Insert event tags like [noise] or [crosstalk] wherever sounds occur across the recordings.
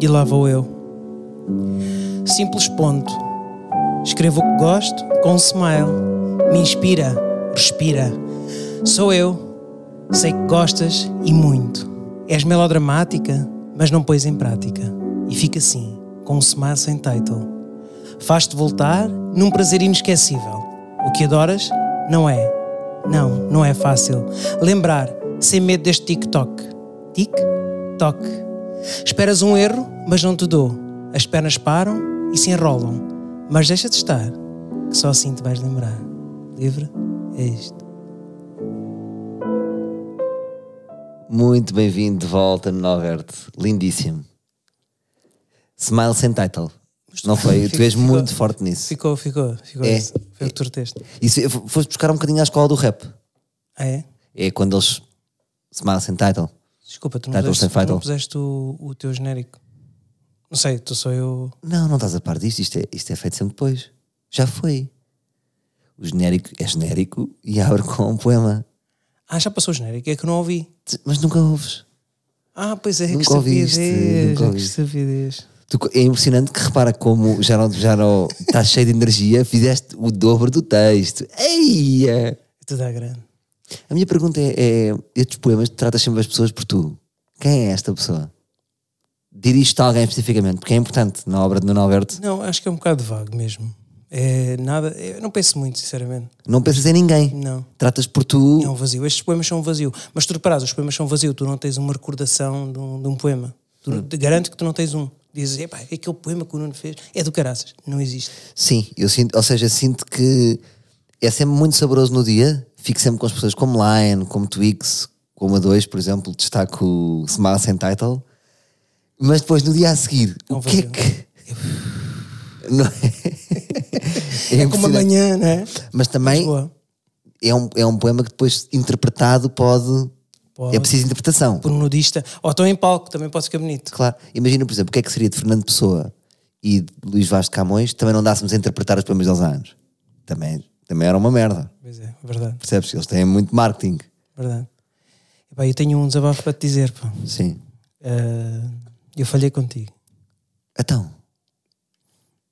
e lá vou eu. Simples ponto. Escrevo o que gosto com um smile. Me inspira, respira. Sou eu. Sei que gostas e muito. És melodramática, mas não pões em prática. E fica assim, com um smile sem title. Faz-te voltar num prazer inesquecível. O que adoras não é. Não, não é fácil. Lembrar, sem medo deste tic-toc. Tic-toc. Esperas um erro, mas não te dou. As pernas param e se enrolam. Mas deixa-te estar, que só assim te vais lembrar. Livre é isto. Muito bem-vindo de volta no Alberto. Lindíssimo. Smile sem title. Não foi? tu és Ficou- muito forte nisso. Ficou, ficou, ficou. É. esse. Foi o que tu reteste. Isso eu f- foste buscar um bocadinho à escola do rap. Ah, é? É quando eles smile sem title. Desculpa, tu não Title puseste, sem tu não title. puseste o, o teu genérico. Não sei, tu sou eu. Não, não estás a par disto. Isto é, isto é feito sempre depois. Já foi. O genérico é genérico e abre com um poema. Ah, já passou o genérico, é que eu não ouvi. T- Mas nunca ouves. Ah, pois é, Nunca que ouviste, sabidez, nunca é que ouviste. sabidez. Tu co- é impressionante que repara como já não, já não estás tá cheio de energia, fizeste o dobro do texto. Eia! É Tudo à grande. A minha pergunta é, é: estes poemas tratas sempre as pessoas por tu. Quem é esta pessoa? Dirige-te a alguém especificamente, porque é importante na obra de Nuno Alberto. Não, acho que é um bocado vago mesmo. É nada, eu não penso muito, sinceramente. Não pensas em ninguém. Não. Tratas por tu. É um vazio. Estes poemas são um vazio. Mas tu reparas, os poemas são um vazio. Tu não tens uma recordação de um, de um poema. Tu, Hum. te Garanto que tu não tens um. Dizes, epá, aquele poema que o Nuno fez é do caraças. Não existe. Sim, eu sinto, ou seja, sinto que é sempre muito saboroso no dia. Fico sempre com as pessoas como Lion, como Twix, como a 2, por exemplo, destaco o Smile Sem Title. Mas depois no dia a seguir, o que é vazio. que. [laughs] Não é? É É como impressionante. amanhã, não é? Mas também Boa. é um, é um poema que depois interpretado pode. Pode. É preciso interpretação. Por um nudista. Ou estão em palco, também pode ficar bonito. Claro. Imagina, por exemplo, o que é que seria de Fernando Pessoa e de Luís Vaz de Camões também não dássemos a interpretar os poemas deles há anos. Também, também era uma merda. Pois é, verdade, Percebes? Eles têm muito marketing. verdade. Epá, eu tenho um desabafo para te dizer, pá. Sim. Ah, eu falhei contigo. Então,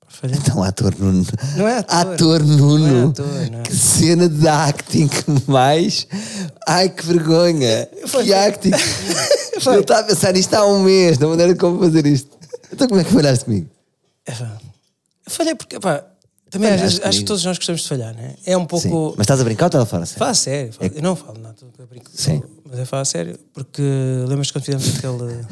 Falhei. então ator Nuno. Não é ator. Nuno. Não é ator, não é. Que cena de acting que mais. Ai que vergonha. Que acting. Eu estava a pensar nisto há um mês, da maneira como fazer isto. Então como é que olhaste comigo? Epá, eu falhei porque, epá, também às Falhaste vezes, acho que comigo. todos nós gostamos de falhar, né? É um Sim. pouco. Mas estás a brincar ou estás a falar a sério? Fala a sério, fala- eu não falo nada, eu brinco. Sim. Mas eu falo a sério, porque lembras-te quando fizemos [laughs] aquele.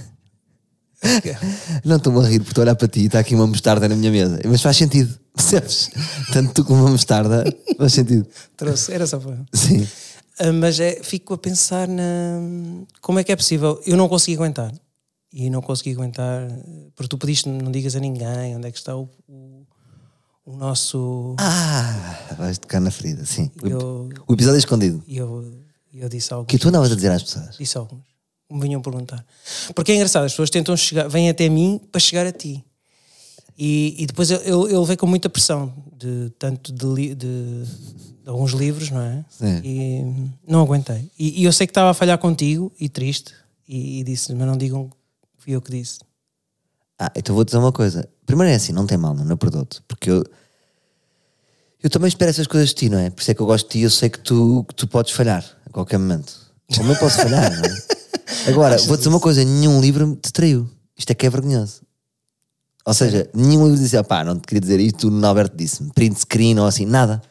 Não estou-me a rir porque estou a olhar para ti e está aqui uma mostarda na minha mesa. Mas faz sentido, [laughs] percebes? Tanto tu como uma mostarda faz sentido. Trouxe, era só para. Sim. Ah, mas é, fico a pensar na como é que é possível. Eu não consegui aguentar. E não consegui aguentar, porque tu pediste não digas a ninguém onde é que está o, o, o nosso. Ah, vais tocar na ferida, sim. O, ep- Eu- o episódio é escondido. E eu, eu disse algo. Que tu andavas a dizer às pessoas. Disse alguns. Me vinham perguntar. Porque é engraçado, as pessoas tentam chegar, vêm até mim para chegar a ti. E, e depois eu, eu, eu levei com muita pressão, de, tanto de, li- de- de alguns livros, não é? Sim. E não aguentei. E, e eu sei que estava a falhar contigo e triste, e, e disse, mas não digam que fui eu que disse. Ah, então vou dizer uma coisa. Primeiro é assim, não tem mal, não, não perdoo-te. Porque eu. Eu também espero essas coisas de ti, não é? Por isso é que eu gosto de ti, eu sei que tu, que tu podes falhar a qualquer momento. Como eu posso falhar, não [laughs] é? Agora, vou dizer uma coisa: nenhum livro me te traiu. Isto é que é vergonhoso. Ou seja, nenhum livro dizia, pá, não te queria dizer isto, o Nuno Alberto disse-me, print screen ou assim, nada.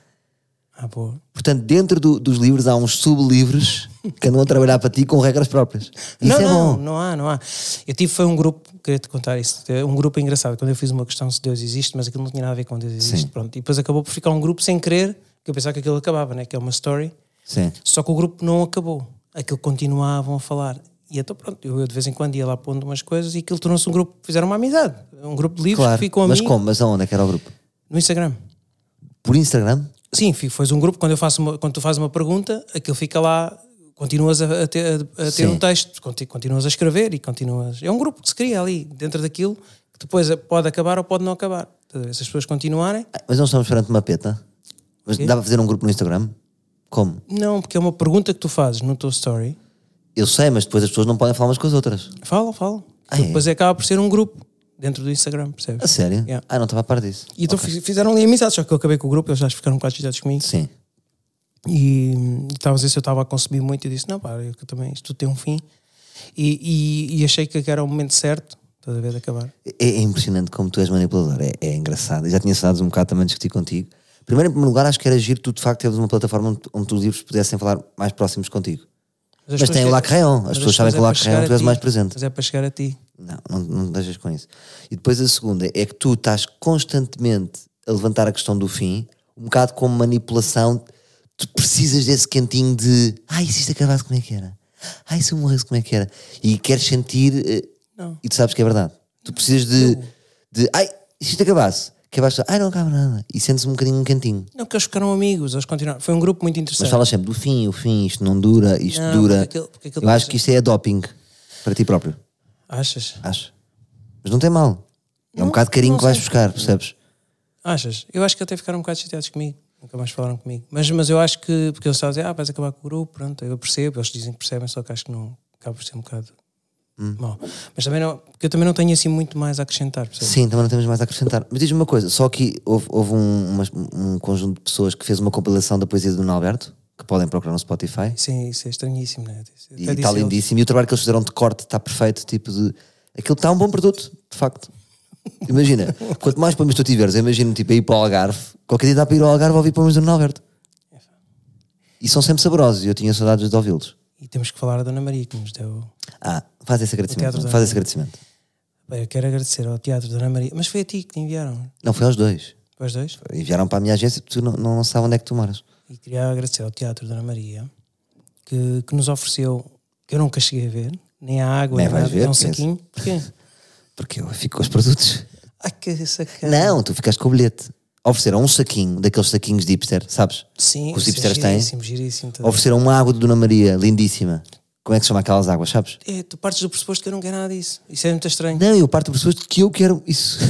Ah, pô. Portanto, dentro do- dos livros há uns sublivros que andam a trabalhar para ti com regras próprias. Isso não, é não, bom. não há, não há. Eu tive, foi um grupo, queria te contar isso, um grupo engraçado, quando eu fiz uma questão se Deus existe, mas aquilo não tinha nada a ver com Deus existe, pronto. E depois acabou por ficar um grupo sem querer, que eu pensava que aquilo acabava, né? que é uma story, Sim. só que o grupo não acabou, aquilo continuavam a falar. E então pronto, eu, eu de vez em quando ia lá pondo umas coisas e aquilo tornou-se um grupo, fizeram uma amizade, um grupo de livros Claro. que ficou a Mas mim como? Mas aonde é que era o grupo? no Instagram. Por Instagram? Sim, fi- foi um grupo, quando, eu faço uma- quando tu fazes uma pergunta, aquilo fica lá, continuas a, a ter, a- a ter Sim. um texto, conti- continuas a escrever e continuas. É um grupo que se cria ali, dentro daquilo, que depois eh, pode acabar ou pode não acabar. Estás a ver? Se as pessoas continuarem, Ah, Mas não estamos perante uma peta? Mas dá para fazer um grupo no Instagram? Como? não, porque é uma pergunta que tu fazes no teu story. Eu sei, mas depois as pessoas não podem falar umas com as outras. Falam, falam. Ah, é? Depois acaba por ser um grupo. dentro do Instagram, A percebes? sério? Yeah. Ah, não estava a par disso. E então Ok. fiz- fizeram ali amizades, só que eu acabei com o grupo, eles já ficaram um bocado chateados comigo. Sim. E hum, estava a dizer se eu estava a consumir muito. E disse: Não, pá, eu também, isto tudo tem um fim. E, e- e achei que era o momento certo, estás a ver, de acabar. É, é impressionante como tu és manipulador, é, é engraçado. Eu já tinha saudades um bocado também de discutir contigo. Primeiro, em primeiro lugar, acho que era giro tu de facto teres uma plataforma onde, onde os livros pudessem falar mais próximos contigo. as Mas pessoas tem o que- Lac Rayon. As mas pessoas sabem que o é Lac para Rayon chegar tu a és ti. mais presente. Mas é para chegar a ti. Não, não, não te deixas com isso. E depois a segunda é que tu estás constantemente a levantar a questão do fim, um bocado como manipulação. Tu precisas desse cantinho de ai, se isto acabasse, como é que era? Ai, se eu morresse, como é que era? E queres sentir eh, Não. e tu sabes que é verdade. Tu precisas de, de ai, se isto acabasse, acabaste, ai, não acaba nada. E sentes um bocadinho um cantinho. Não, porque eles ficaram amigos, eles continuaram. Foi um grupo muito Mas interessante. falas sempre do fim, o fim, isto não dura, isto Não, dura. porque aquilo- porque aquilo eu acho tem- que isto é doping para ti próprio. Achas? Acho. Mas não tem mal. É um bocado de carinho não que vais sei. buscar, percebes? Achas? Eu acho que até ficaram um bocado chateados comigo. Nunca mais falaram comigo. Mas, mas eu acho que, porque eles estavam a dizer, ah, vais acabar com o grupo, pronto, eu percebo. Eles dizem que percebem, só que acho que não acaba por ser um bocado Hum. mau. Mas também não, porque eu também não tenho assim muito mais a acrescentar, percebes? Sim, também não temos mais a acrescentar. Mas diz-me uma coisa: só que houve, houve um, umas- um conjunto de pessoas que fez uma compilação da poesia do Nuno Alberto, que podem procurar no Spotify. Sim, isso é estranhíssimo, não é? Até E tá disse está ele- lindíssimo. E o trabalho que eles fizeram de corte está perfeito. Tipo de. Aquilo está um bom produto, de facto. Imagina, quanto mais poemas tu tiveres, eu imagino tipo, a ir para o Algarve. Qualquer dia dá para ir ao Algarve ouvir poemas do Nuno Alberto. E são sempre saborosos. E eu tinha saudades de ouvi-los. E temos que falar da Dona Maria, que nos deu. Ah, faz esse agradecimento. Teatro da Faz Avenida. esse agradecimento. Bem, eu quero agradecer ao Teatro da Dona Maria. Mas foi a ti que te enviaram, Não, foi aos dois. para os dois? enviaram para a minha agência porque tu não, não, não sabes onde é que tu moras. E queria agradecer ao Teatro Dona Maria que, que nos ofereceu, que eu nunca cheguei a ver, nem a água, Nem nem vais nada, ver, é um penso. saquinho. [laughs] Porquê? Porque eu fico com os produtos. Ai, que sacana. Não, tu ficaste com o bilhete. Ofereceram um saquinho, daqueles saquinhos de hipster, sabes? Sim, Que os sim, hipsters têm. giríssimo, giríssimo. tudo. Ofereceram uma água de Dona Maria, lindíssima. Como é que se chama aquelas águas, sabes? É, tu partes do pressuposto que eu não quero nada disso. Isso é muito estranho. Não, eu parto do pressuposto que eu quero isso.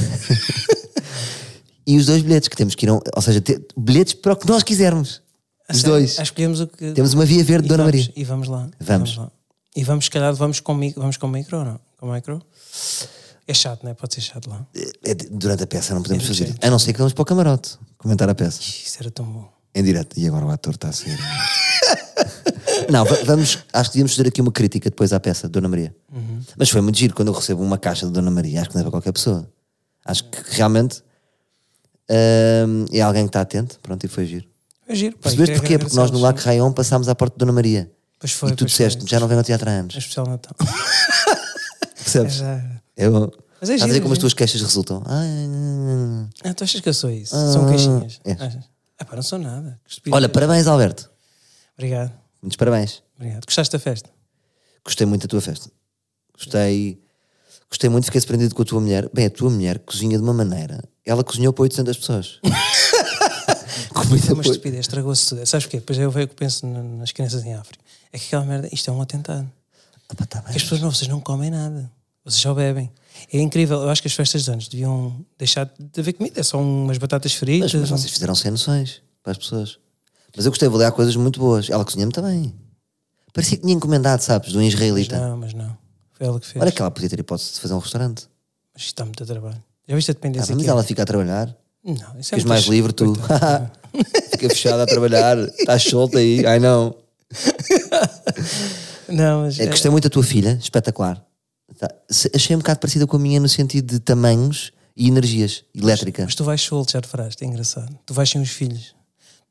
[laughs] e os dois bilhetes que temos que ir, a um- ou seja, ter bilhetes para o que nós quisermos. A Os sério, dois. ah, Escolhemos o que. Temos uma via verde de e Dona vamos, Maria. E vamos lá. e Vamos. lá. E vamos, se calhar, vamos com, mi- vamos com micro ou não? Com micro? É chato, não é? Pode ser chato lá. É- é- Durante a peça não podemos É fazer. diferente. A não ser que vamos para o camarote comentar a peça. Isso era tão bom. Em direto. E agora o ator está a sair. [laughs] não, va- vamos. Acho que devíamos fazer aqui uma crítica depois à peça de Dona Maria. Uhum. Mas foi muito giro quando eu recebo uma caixa de Dona Maria. Acho que não é para qualquer pessoa. Acho que realmente hum, é alguém que está atento. Pronto, e foi giro. É giro. pá, e Percebeste queria porquê? Porque nós no Lac agradecer-vos. Rayon passámos à porta de Dona Maria. Pois foi, e tu pois disseste, foi. já não venho ao teatro há É anos. especial Natal. Percebes? Já. É bom. Mas é Estás giro, a ver como é as tuas queixas resultam? Ah, hum, hum. Ah, tu achas que eu sou isso? São queixinhas. Achas? Ah, pá, não sou nada. Que estúpido. É. Olha, parabéns, Alberto. Obrigado, Muitos parabéns. obrigado. Gostaste da festa? É Gostei muito da tua festa. Gostei, gostei muito, fiquei surpreendido com a tua mulher. Bem, a tua mulher cozinha de uma maneira. Ela cozinhou para 800 [laughs] pessoas. Foi Comida uma para- estupidez, estragou-se tudo. Sabes porquê? Pois é, eu vejo que penso na- nas crianças em África. É que aquela merda, isto é um atentado. Ah, pá, tá bem. Porque as pessoas não, vocês não comem nada. Vocês só bebem. É incrível. Eu acho que as festas de anos deviam deixar de haver comida. É só umas batatas fritas. Mas, mas um- vocês fizeram sem noções para as pessoas. Mas eu gostei, vou dar coisas muito boas. Ela cozinha-me também. Parecia que tinha encomendado, sabes, de um israelita. Não, mas não. Foi ela que fez. Olha que ela podia ter hipótese de fazer um restaurante. Mas isto dá muito trabalho. Já viste a Ah, dependência mas aqui? ela fica a trabalhar. Não, isso é Ficas muito mais chato. livre tu. [laughs] fica fechada a trabalhar. Estás solta aí. Ai não. Não, mas É, é- gostei muito da tua filha, espetacular. Tá. Se- Achei um bocado parecida com a minha no sentido de tamanhos e energias elétrica. Mas tu vais solto, já reparaste, é engraçado. Tu vais sem os filhos.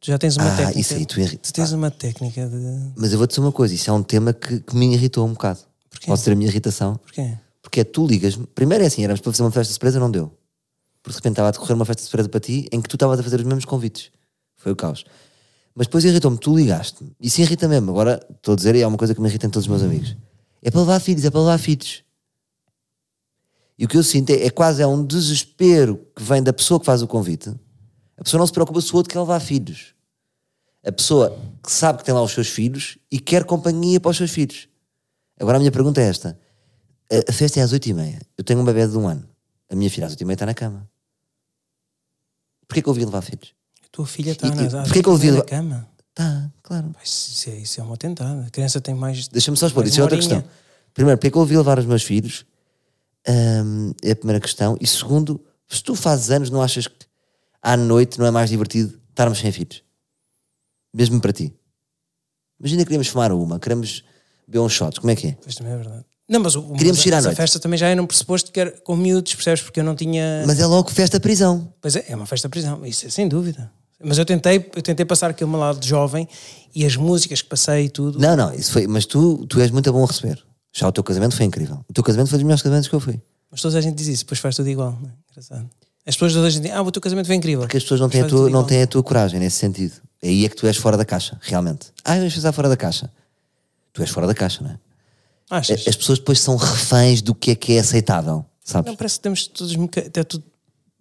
Tu já tens uma Ah, técnica. isso aí tu Ah. irrita- tens uma técnica de. Mas eu vou-te dizer uma coisa: isso é um tema que, que me irritou um bocado. Porquê? Pode ser a minha irritação. Porquê? Porque é tu ligas-me. Primeiro é assim: éramos para fazer uma festa de surpresa, não deu. Porque de repente estava a decorrer uma festa de surpresa para ti em que tu estavas a fazer os mesmos convites. Foi o caos. Mas depois irritou-me, tu ligaste-me. Isso irrita mesmo. Agora estou a dizer, e é uma coisa que me irrita em todos os meus amigos: é para levar filhos, é para levar filhos. E o que eu sinto é, é quase é um desespero que vem da pessoa que faz o convite. A pessoa não se preocupa se o outro quer levar filhos. A pessoa que sabe que tem lá os seus filhos e quer companhia para os seus filhos. Agora a minha pergunta é esta. A, a festa é às 8h30. Eu tenho um bebê de um ano. A minha filha às 8h30 está na cama. Porquê que eu ouvi levar filhos? A tua filha está E- na, e à porquê que eu dormir vi- na cama. Tá, claro. Pá, Isso, isso é, isso é uma tentada. A criança tem mais. Deixa-me só expor, mais isso é uma outra horinha. questão. Primeiro, porque é que eu ouvi levar os meus filhos? Hum, é a primeira questão. E segundo, se tu fazes anos, não achas que à noite não é mais divertido estarmos sem filhos? Mesmo para ti. Imagina que queremos fumar uma, queremos beber uns shots, como é que é? Pois também é verdade. Não, mas, o, Queríamos mas ir à essa noite. festa também já era um pressuposto que era com miúdos, percebes? Porque eu não tinha. Mas é logo festa prisão. Pois é, é uma festa de prisão, isso é sem dúvida. Mas eu tentei, eu tentei passar aquele meu lado de jovem e as músicas que passei e tudo. Não, não, isso foi, mas tu, tu és muito bom a receber. Já o teu casamento foi incrível. O teu casamento foi dos melhores casamentos que eu fui. Mas toda a gente diz isso, depois faz tudo igual. Não é? Engraçado. As pessoas todas dizem, ah, o teu casamento foi incrível. Porque as pessoas não têm, a Faz tudo tua, não igual. têm a tua coragem nesse sentido. Aí é que tu és fora da caixa, realmente. Ah, vamos pensar fora da caixa. Tu és fora da caixa, não é? é. Achas? As pessoas depois são reféns do que é que é aceitável, sabes? Não, parece que temos todos. meca- Está tudo,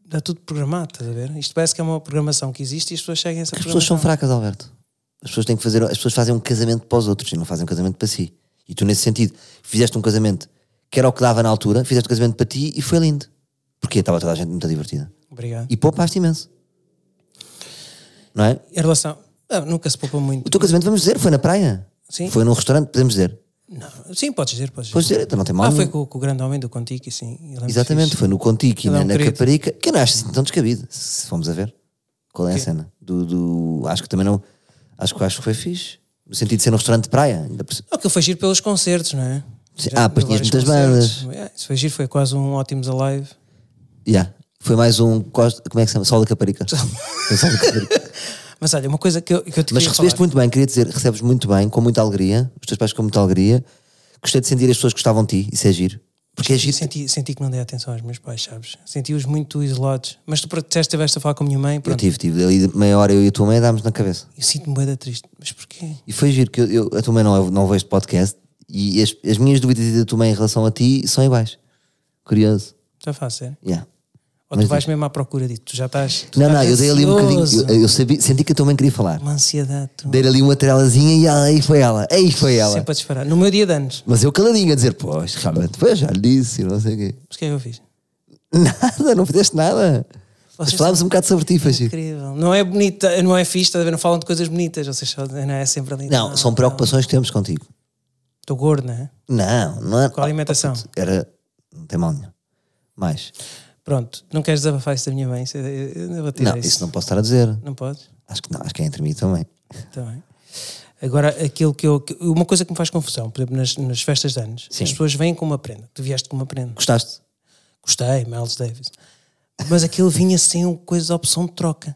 está tudo programado, estás a ver? Isto parece que é uma programação que existe e as pessoas seguem essa As pessoas programação. são fracas, Alberto. As pessoas têm que fazer, as pessoas fazem um casamento para os outros e não fazem um casamento para si. E tu, nesse sentido, fizeste um casamento que era o que dava na altura, fizeste um casamento para ti e foi lindo. Porque estava toda a gente muito divertida. Obrigado. E poupaste imenso. Não é? Em relação. Ah, nunca se poupa O muito. teu casamento, vamos dizer, foi na praia? Sim. Foi num restaurante, podemos dizer. Não. Sim, podes dizer, podes dizer. Podes dizer, então não tem mal. ah, nenhum. foi com, com o grande homem do Contigo, e sim. ele é muito Exatamente, fixe. foi no Contiki, Ele é na, um na querido. Caparica, que eu não acho assim tão descabido, se fomos a ver. Qual é a cena? Do, do- acho que também não. Acho que acho que foi fixe. No sentido de ser um restaurante de praia. ainda por cima. Ah, que foi giro pelos concertos, não é? Sim. Ah, pois deu tinhas vários muitas concertos. É, isso foi giro, foi quase um ótimos alive. Yeah. Foi mais um. cos- Como é que se chama? Sol da Caparica. [laughs] Foi Sol [laughs] da Caparica. Mas olha, uma coisa que eu, que eu te Mas queria recebeste falar. muito bem, queria dizer, recebes muito bem, com muita alegria. Os teus pais com muita alegria. Gostei de sentir as pessoas que gostavam de ti, isso é giro. Porque é giro. Senti, senti que não dei atenção aos meus pais, sabes? Senti-os muito isolados. Mas tu disseste que estiveste a falar com a minha mãe, Eu pronto. tive, tive. Ali meia hora eu e a tua mãe dámos na cabeça. Eu sinto-me bué da triste. Mas porquê? E foi giro que eu, eu- a tua mãe não, não ouve este podcast e as, as minhas dúvidas e da tua mãe em relação a ti são iguais. Curioso. Já faz sério? Yeah. é? Ou tu vais mesmo à procura disso? Tu já estás. tu Não, estás não, eu dei ali um bocadinho. ansioso. Eu, eu sabia- senti que a tua mãe queria falar. Uma ansiedade. Tu... Dei ali uma trelazinha e ela- aí foi ela. Aí foi ela. Sempre a disparar. No meu dia de anos. Mas eu caladinho a dizer, pois, realmente, pois, já lhe disse, não sei o quê. [laughs] Mas o que é que eu fiz? Nada, não fizeste nada. Mas Vocês falámos um bocado sobre ti, Fagir. Incrível. Não é bonita, não é fixe, estás a ver? Não falam de coisas bonitas. Vocês só. Não é sempre ali. Não, são preocupações que temos contigo. Estou gordo, não é? Não, não é. Com a alimentação. Era. Não tem mal nenhum. Mais. Pronto, não queres desabafar isso da minha mãe? Isso- Eu eu não vou tirar Não, isso. isso não posso estar a dizer. Não podes? Acho que não, acho que é entre mim também. Está bem. Agora, aquilo que eu. que- Uma coisa que me faz confusão, por exemplo, nas, nas festas de anos, as pessoas vêm com uma prenda. Tu vieste com uma prenda. Gostaste? Gostei, Miles Davis. Mas aquilo vinha sem uma coisa de opção de troca.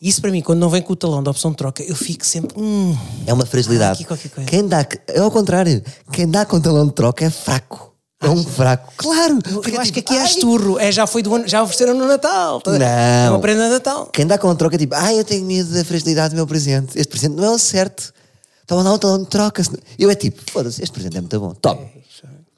Isso para mim, quando não vem com o talão da opção de troca, eu fico sempre. Hum, É Há uma aqui fragilidade. qualquer coisa. Quem dá, é ao contrário, quem dá com talão de troca é fraco. É um fraco. Claro! eu Fica acho tipo, que aqui é "Ai, esturro. É, já foi do ano, já ofereceram no Natal. tá a ver? Não. É uma prenda de Natal. Quem dá com a troca é tipo, ai, eu tenho medo da fragilidade do meu presente. Este presente não é o certo. Então, Toma lá o talão de troca. senão-" Eu é tipo, foda-se, este presente é muito bom. Toma.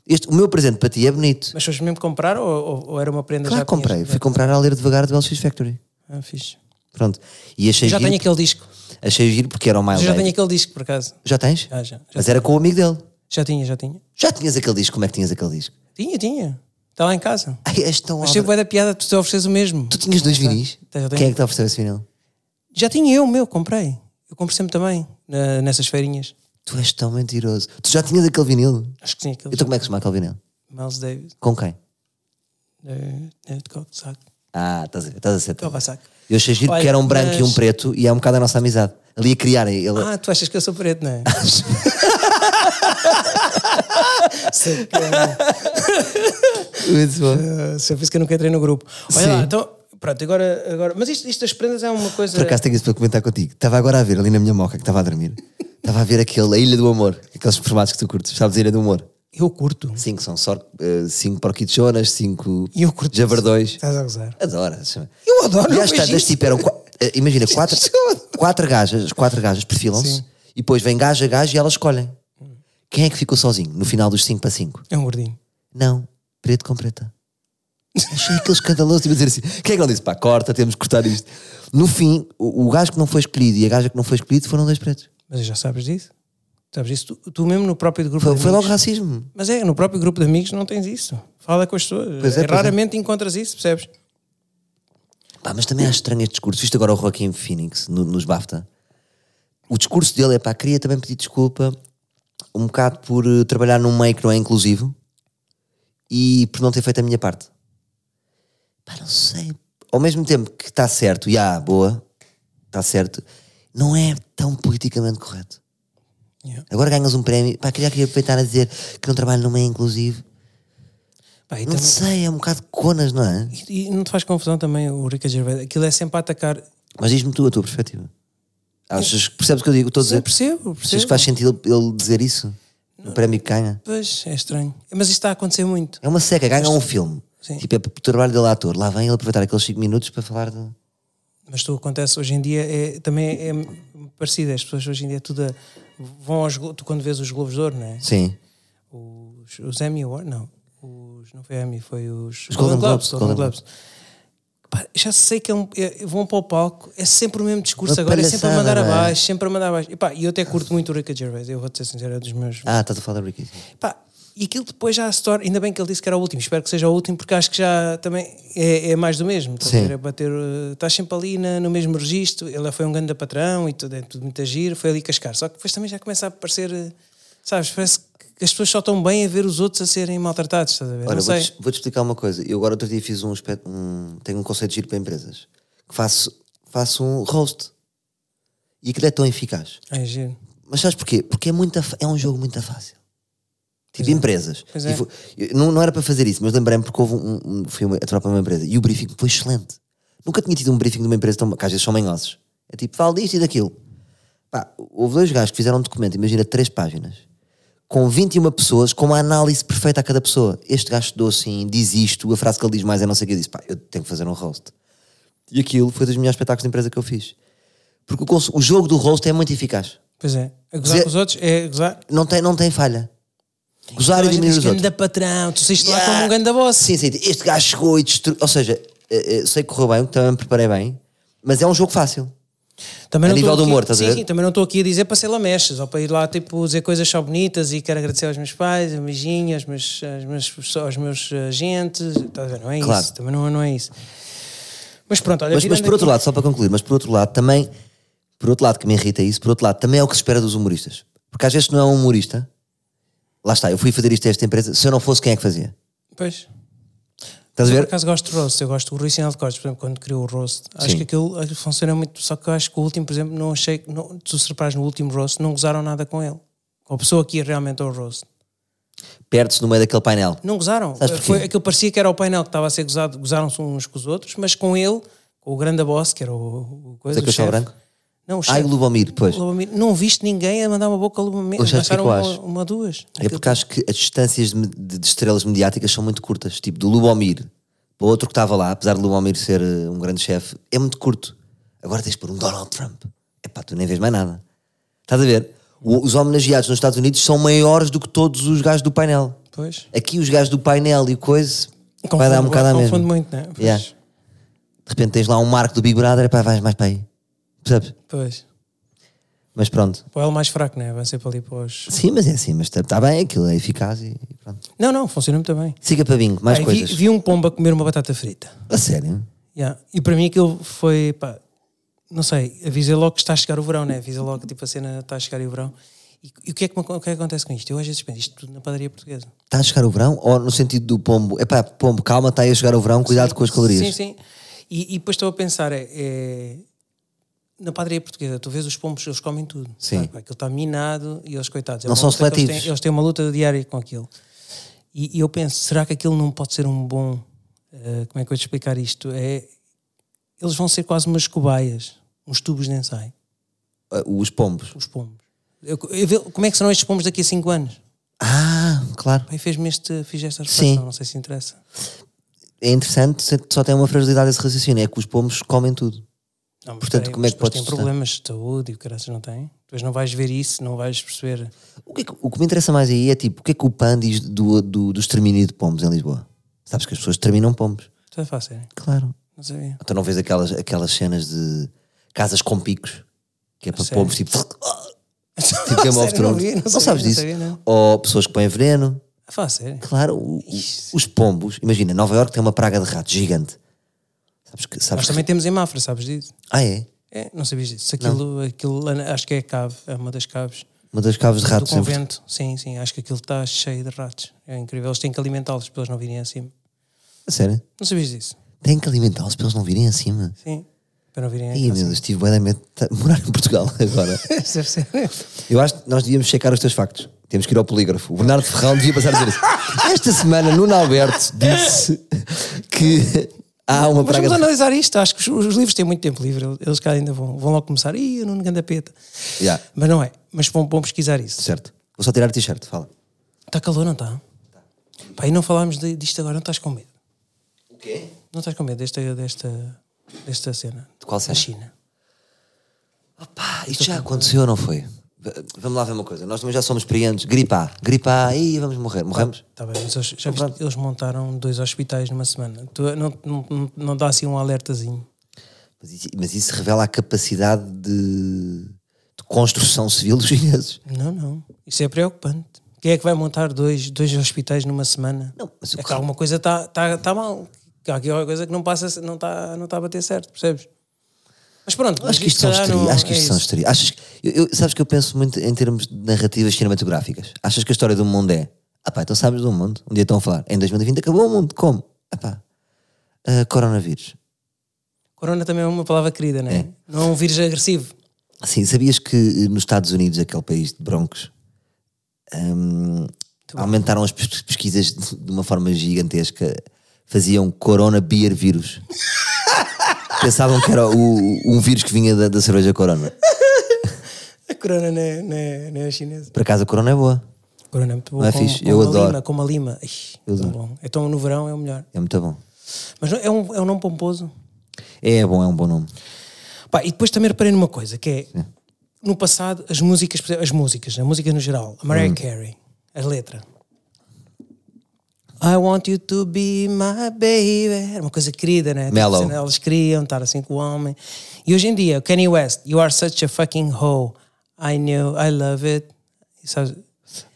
Este, o meu presente para ti é bonito. Mas foste mesmo comprar ou, ou- ou era uma prenda Claro já que comprei. tinhas? Fui comprar a ler devagar do LX Factory. Ah, fixe. Pronto. E achei Já giro, tenho aquele disco. achei giro porque era o Miles Eu já tenho Davis. aquele disco, por acaso. Já tens? Já, já, já Mas era com o amigo dele. Já tinha, já tinha. Já tinhas aquele disco? Como é que tinhas aquele disco? Tinha, tinha. Está lá em casa. Ai, és tão Achei obra- bué da piada, tu te ofereces o mesmo. Tu tinhas dois vinis? Tá, já tenho. Quem é que te ofereceu esse vinil? Já tinha eu, o meu, comprei. Eu compro sempre também, na- nessas feirinhas. Tu és tão mentiroso. Tu já tinhas aquele vinil? Acho que sim, aquele Então como é que se chama aquele vinil? Miles Davis. Com quem? eh, Hitchcock, saco. Ah, estás a ver, estás a ser. tão- Toma, saco. Eu achei giro Olha, que era um branco e um mas- preto e é um bocado a nossa amizade. Ali a criarem. Ele... Ah, tu achas que eu sou preto, [laughs] não é? Sei que Muito bom. é. Sei por isso que eu nunca entrei no grupo. Olha Sim. lá, então, pronto, agora. agora mas isto, isto das prendas é uma coisa. Por acaso tenho isso para comentar contigo. Estava agora a ver ali na minha moca que estava a dormir. Estava a ver aquele, a Ilha do Amor, aqueles formatos que tu curtes. Sabes, a Ilha do Amor? Eu curto. Cinco são só eh, cinco porquichonas, cinco E eu curto. javardões. Estás a gozar. Adoro. chama. Eu adoro, E eu às vejo tantas, isso. tipo, eram. qua- eh, Imagina, quatro, quatro gajas, as quatro gajas perfilam-se e depois vem gaja a gaja e elas escolhem. Quem é que ficou sozinho no final dos 5 para 5? É um gordinho. Não, preto com preta. Achei aquele escandaloso, tipo, a dizer assim: quem é que não disse? Pá, corta, temos que cortar isto. No fim, o, o gajo que não foi escolhido e a gaja que não foi escolhido foram dois pretos. Mas já sabes disso? Sabes isso? Tu, tu mesmo no próprio grupo. Foi, de foi amigos- logo racismo. Mas é, no próprio grupo de amigos não tens isso. Fala com as pessoas. Pois é, pois é. Raramente encontras isso, percebes? Pá, mas também acho estranho este discurso. Viste agora o Joaquim Phoenix no- nos BAFTA? O discurso dele é pá, queria também pedir desculpa um bocado por eh, trabalhar num meio que não é inclusivo e por não ter feito a minha parte. Pá, não sei. Ao mesmo tempo que está certo, e ah, boa, está certo, não é tão politicamente correto. Yeah. Agora ganhas um prémio, pá, queria aqui aproveitar a dizer que não trabalho no meio inclusivo. Pá, e Não também- sei, é um bocado conas, não é? E, e não te faz confusão também o Rica Gervais? Aquilo é sempre a atacar. Mas diz-me tu a tua perspectiva. Achas, percebes o que eu digo? Estou a Eu dizer. percebo, eu Achas que percebo. faz sentido ele, ele dizer isso? O prémio que ganha? Pois, é estranho. Mas isto está a acontecer muito. É uma seca, ganha um filme. Sim. Tipo, é o trabalho dele ator. Lá vem ele aproveitar aqueles 5 minutos para falar de. Mas tu acontece hoje em dia é, também é parecido. As pessoas hoje em dia tudo a- vão aos Glo- Tu quando vês os Globos de Ouro, não é? Sim. Os, os Emmy Awards, não. Os, não foi Emmy, foi os, Os Golden Globes, Golden Golden Globes. Pá, já sei que é um- é- vão para o palco, é sempre o mesmo discurso Uma agora, é sempre a palhaçada, mandar não é? abaixo, sempre a mandar abaixo. E pá, e eu até curto muito o Rica Gervais, eu vou-te ser sincero, é dos meus Ah, estás a falar da Ricky. sim. Pá, e aquilo depois já se torna. Ainda bem que ele disse que era o último, espero que seja o último, porque acho que já também é, é mais do mesmo. Estás a Sim. ver? É bater, eh, estás sempre ali na- no mesmo registro. Ele foi um grande patrão e tudo, é tudo muito agir, foi ali cascar. Só que depois também já começa a aparecer, eh, sabes, parece que as pessoas só estão bem a ver os outros a serem maltratados, estás a ver? Ora, Não sei. vou-te vou-te explicar uma coisa. Eu agora outro dia fiz um, espe- um- Tenho um conceito de giro para empresas. Que faço, faço um roast. E aquilo é tão eficaz. É giro. Mas sabes porquê? Porque é, muita, fa- é um jogo muito fácil. Tipo empresas. Pois é. E fo- eu- não, não era para fazer isso, mas lembrei-me porque houve um, um, fui uma, a tropa de uma empresa e o briefing foi excelente. Nunca tinha tido um briefing de uma empresa tão. que às vezes são manhosos. É tipo, fala disto e daquilo. Pá, houve dois gajos que fizeram um documento, imagina, três páginas, com 21 pessoas, com uma análise perfeita a cada pessoa. Este gajo estudou assim, diz isto, a frase que ele diz mais é não sei o que. Eu disse, pá, eu tenho que fazer um roast. E aquilo foi dos melhores espetáculos de empresa que eu fiz. Porque o, cons- o jogo do roast é muito eficaz Pois é. A gozar Dizer- com os outros é gozar. não tem, não tem falha. Gozar e Toda a gente diminuir diz é os outros. ganda patrão, tu saíste lá Yeah. como um ganda boss. Sim, sim. Este gajo chegou e destruiu. Ou seja, eh, eh, sei que correu bem, também me preparei bem, mas é um jogo fácil. Também A não nível estou do aqui- humor, estás a sim, ver? Sim, também não estou aqui a dizer para ser lamechas ou para ir lá tipo, dizer coisas só bonitas e quero agradecer aos meus pais, aos beijinhos, aos meus, aos meus, aos meus eh, agentes. Estás a ver? Não é Claro. isso. Também não, não é isso. Mas pronto, olha. Mas, mas virando por outro aqui- lado, só para concluir, mas por outro lado também, por outro lado que me irrita isso, por outro lado também é o que se espera dos humoristas. Porque às vezes não é um humorista. Lá está, eu fui fazer isto a esta empresa, se eu não fosse, quem é que fazia? Pois. Estás a Eu, por ver? acaso gosto de roast, eu gosto do Rui Sinal de Cortes, por exemplo, quando criou o roast, acho Sim. que aquilo aquilo funciona muito, só que eu acho que o último, por exemplo, não achei, que- não, tu se reparas no último roast, não gozaram nada com ele, com a pessoa que ia realmente ao roast. Perde-se no meio daquele painel. Não gozaram. Eh, Sabes porquê? Foi aquilo que parecia que era o painel que estava a ser gozado, gozaram-se uns com os outros, mas com ele, com o grande boss, que era o, o coisa. Zé o Cachorro chefe. Branco? Não, o Ai, chefe. o Lubomir, pois. Lobamir. Não viste ninguém a mandar uma boca a Lobamir. Eu já Lançaram sei uma, qual acho. uma, duas. É porque acho que as distâncias de, de- de estrelas mediáticas são muito curtas. Tipo, do Lubomir para o outro que estava lá, apesar de Lubomir ser eh, um grande chefe, é muito curto. Agora tens de pôr um Donald Trump. É pá, tu nem vês mais nada. Estás a ver? O- os homenageados nos Estados Unidos são maiores do que todos os gajos do painel. Pois. Aqui os gajos do painel e o coisa vai Confunde- dar um bocado à mesma. Confunde muito, não é? Pois. Yeah. De repente tens lá um marco do Big Brother, é pá, vais mais para aí. Percebes? pois. Mas pronto. Põe ele mais fraco, não é? Vai ser para ali para os... Sim, mas é assim, mas está bem, aquilo é eficaz e, e pronto. Não, não, funciona muito bem. Siga para bingo, mais Ai, vi, coisas. vi um pombo a comer uma batata frita. A sério? Yeah. E para mim aquilo foi, pá, não sei, avisei logo que está a chegar o verão, né? Avisei logo que tipo, a cena está a chegar e o verão. E, e o, que é que, me- o que é que acontece com isto? Eu às vezes penso isto tudo na padaria portuguesa. Está a chegar o verão? Ou no sentido do pombo? Epá, pombo, calma, está aí a chegar o verão, cuidado com as calorias. Sim, sim. E, e depois estou a pensar, é, é, na padaria portuguesa, tu vês os pombos, eles comem tudo. Sim. Sabe? Aquilo está minado e eles, coitados, é Não uma são luta que eles seletivos. têm- Eles têm uma luta diária com aquilo. E, e eu penso, será que aquilo não pode ser um bom. eh, como é que eu vou te explicar isto? É, eles vão ser quase umas cobaias, uns tubos de ensaio. Ah, Os pombos. os pombos. Eu- eu ve- como é que serão estes pombos daqui a 5 anos? Ah, claro. Pai, fez-me este, fiz esta reflexão, Sim. não sei se interessa. É interessante, só- só tem uma fragilidade esse raciocínio, é que os pombos comem tudo. Não, mas Portanto, peraí, como é mas que depois podes Tem problemas de saúde e o caraças não tem. Depois não vais ver isso, não vais perceber. O que, é que- o que me interessa mais aí é tipo, o que é que o PAN diz do, do, do extermínio de pombos em Lisboa? Sabes que as pessoas terminam pombos. Está fácil, é? Claro. não sabia. Então não vês aquelas, aquelas cenas de casas com picos, que é para sério? pombos tipo. [laughs] [laughs] tipo Game Sério, of não Thrones. vi, não Não, sabia, sabes não disso? sabia, não. Ou pessoas que põem veneno. Está fácil. Claro, o- o- os pombos. Imagina, Nova Iorque tem uma praga de ratos gigante. Sabes que. Sabes Nós que- também temos em Mafra, sabes disso? Ah, é? É, não sabias disso. Aquilo, aquilo, acho que é a cave, é uma das caves. Uma das caves de do ratos. em Portugal. convento. Sim, sim, acho que aquilo está cheio de ratos. É incrível, eles têm que alimentá-los para eles não virem acima. A sério? Não sabias disso? Tem que alimentá-los para eles não virem acima. Sim, para não virem Ih, meu acima. [laughs] Deus, tive bué de medo de [laughs] morar em Portugal agora. Deve ser. Eu acho que nós devíamos checar os teus factos. Temos que ir ao polígrafo. O Bernardo Ferrão devia passar a dizer isso. Esta semana, Nuno Alberto disse que há uma Mas praga. vamos de- analisar isto, acho que os, os livros têm muito tempo livre, eles cá ainda vão, vão logo começar. Ih, eu não me peta. Yeah, Mas não é, mas vão, vão pesquisar isso. certo. Vou só tirar o t-shirt, fala. Está calor, não está? Pá, e não falámos de- disto agora, não estás com medo? O quê? Não estás com medo desta, desta, desta cena? De qual Da cena? China. Opa, isto já aconteceu ou não foi? V- Vamos lá ver uma coisa. Nós também já somos experientes. Gripa, gripa, e vamos morrer. Morremos? Está Tá bem, mas eles, já viste, eles montaram dois hospitais numa semana. Tu, não, não, não- não dá assim um alertazinho. Mas isso, mas isso revela a capacidade de, de construção civil dos chineses. Não, não. Isso é preocupante. Quem é que vai montar dois, dois hospitais numa semana? Não, mas o é que- que alguma coisa está tá, tá mal. Que Há aqui alguma coisa que não está não tá, não tá a bater certo, percebes? Mas pronto, Acho que isto são se calhar histórias. não- Acho que é isto são isso. histórias. Achas que, eu, eu- sabes que eu penso muito em termos de narrativas cinematográficas. Achas que a história do mundo é. Ah pá, então sabes do mundo. Um dia estão a falar. Em 2020 acabou o mundo. Como? Ah pá. ah, coronavírus. Corona também é uma palavra querida, não é? Não é um vírus [laughs] agressivo. Assim, sabias que eh, nos Estados Unidos, aquele país de broncos, hum, aumentaram as pes- pesquisas de de uma forma gigantesca. Faziam corona beer vírus. Pensavam que era o, um vírus que vinha da, da cerveja corona. A corona não é, não é, não é chinesa. Por acaso a corona é boa. Corona é muito boa. Não é com, fixe? com Eu uma adoro. Lima, com uma lima. Ih, tão bom. Então no verão é o melhor. É muito bom. Mas não- é um, é um nome pomposo. É, é bom, é um bom nome. Pá, e depois também reparei numa coisa, que é... No passado, as músicas... por exemplo, As músicas, a música no geral. A Mariah Hum. Carey. A letra. I want you to be my baby. Era uma coisa querida, né? Tipo, Mellow. assim, Elas queriam estar assim com o homem. E hoje em dia, Kanye West. You are such a fucking hoe. I knew, I love it. E sabes,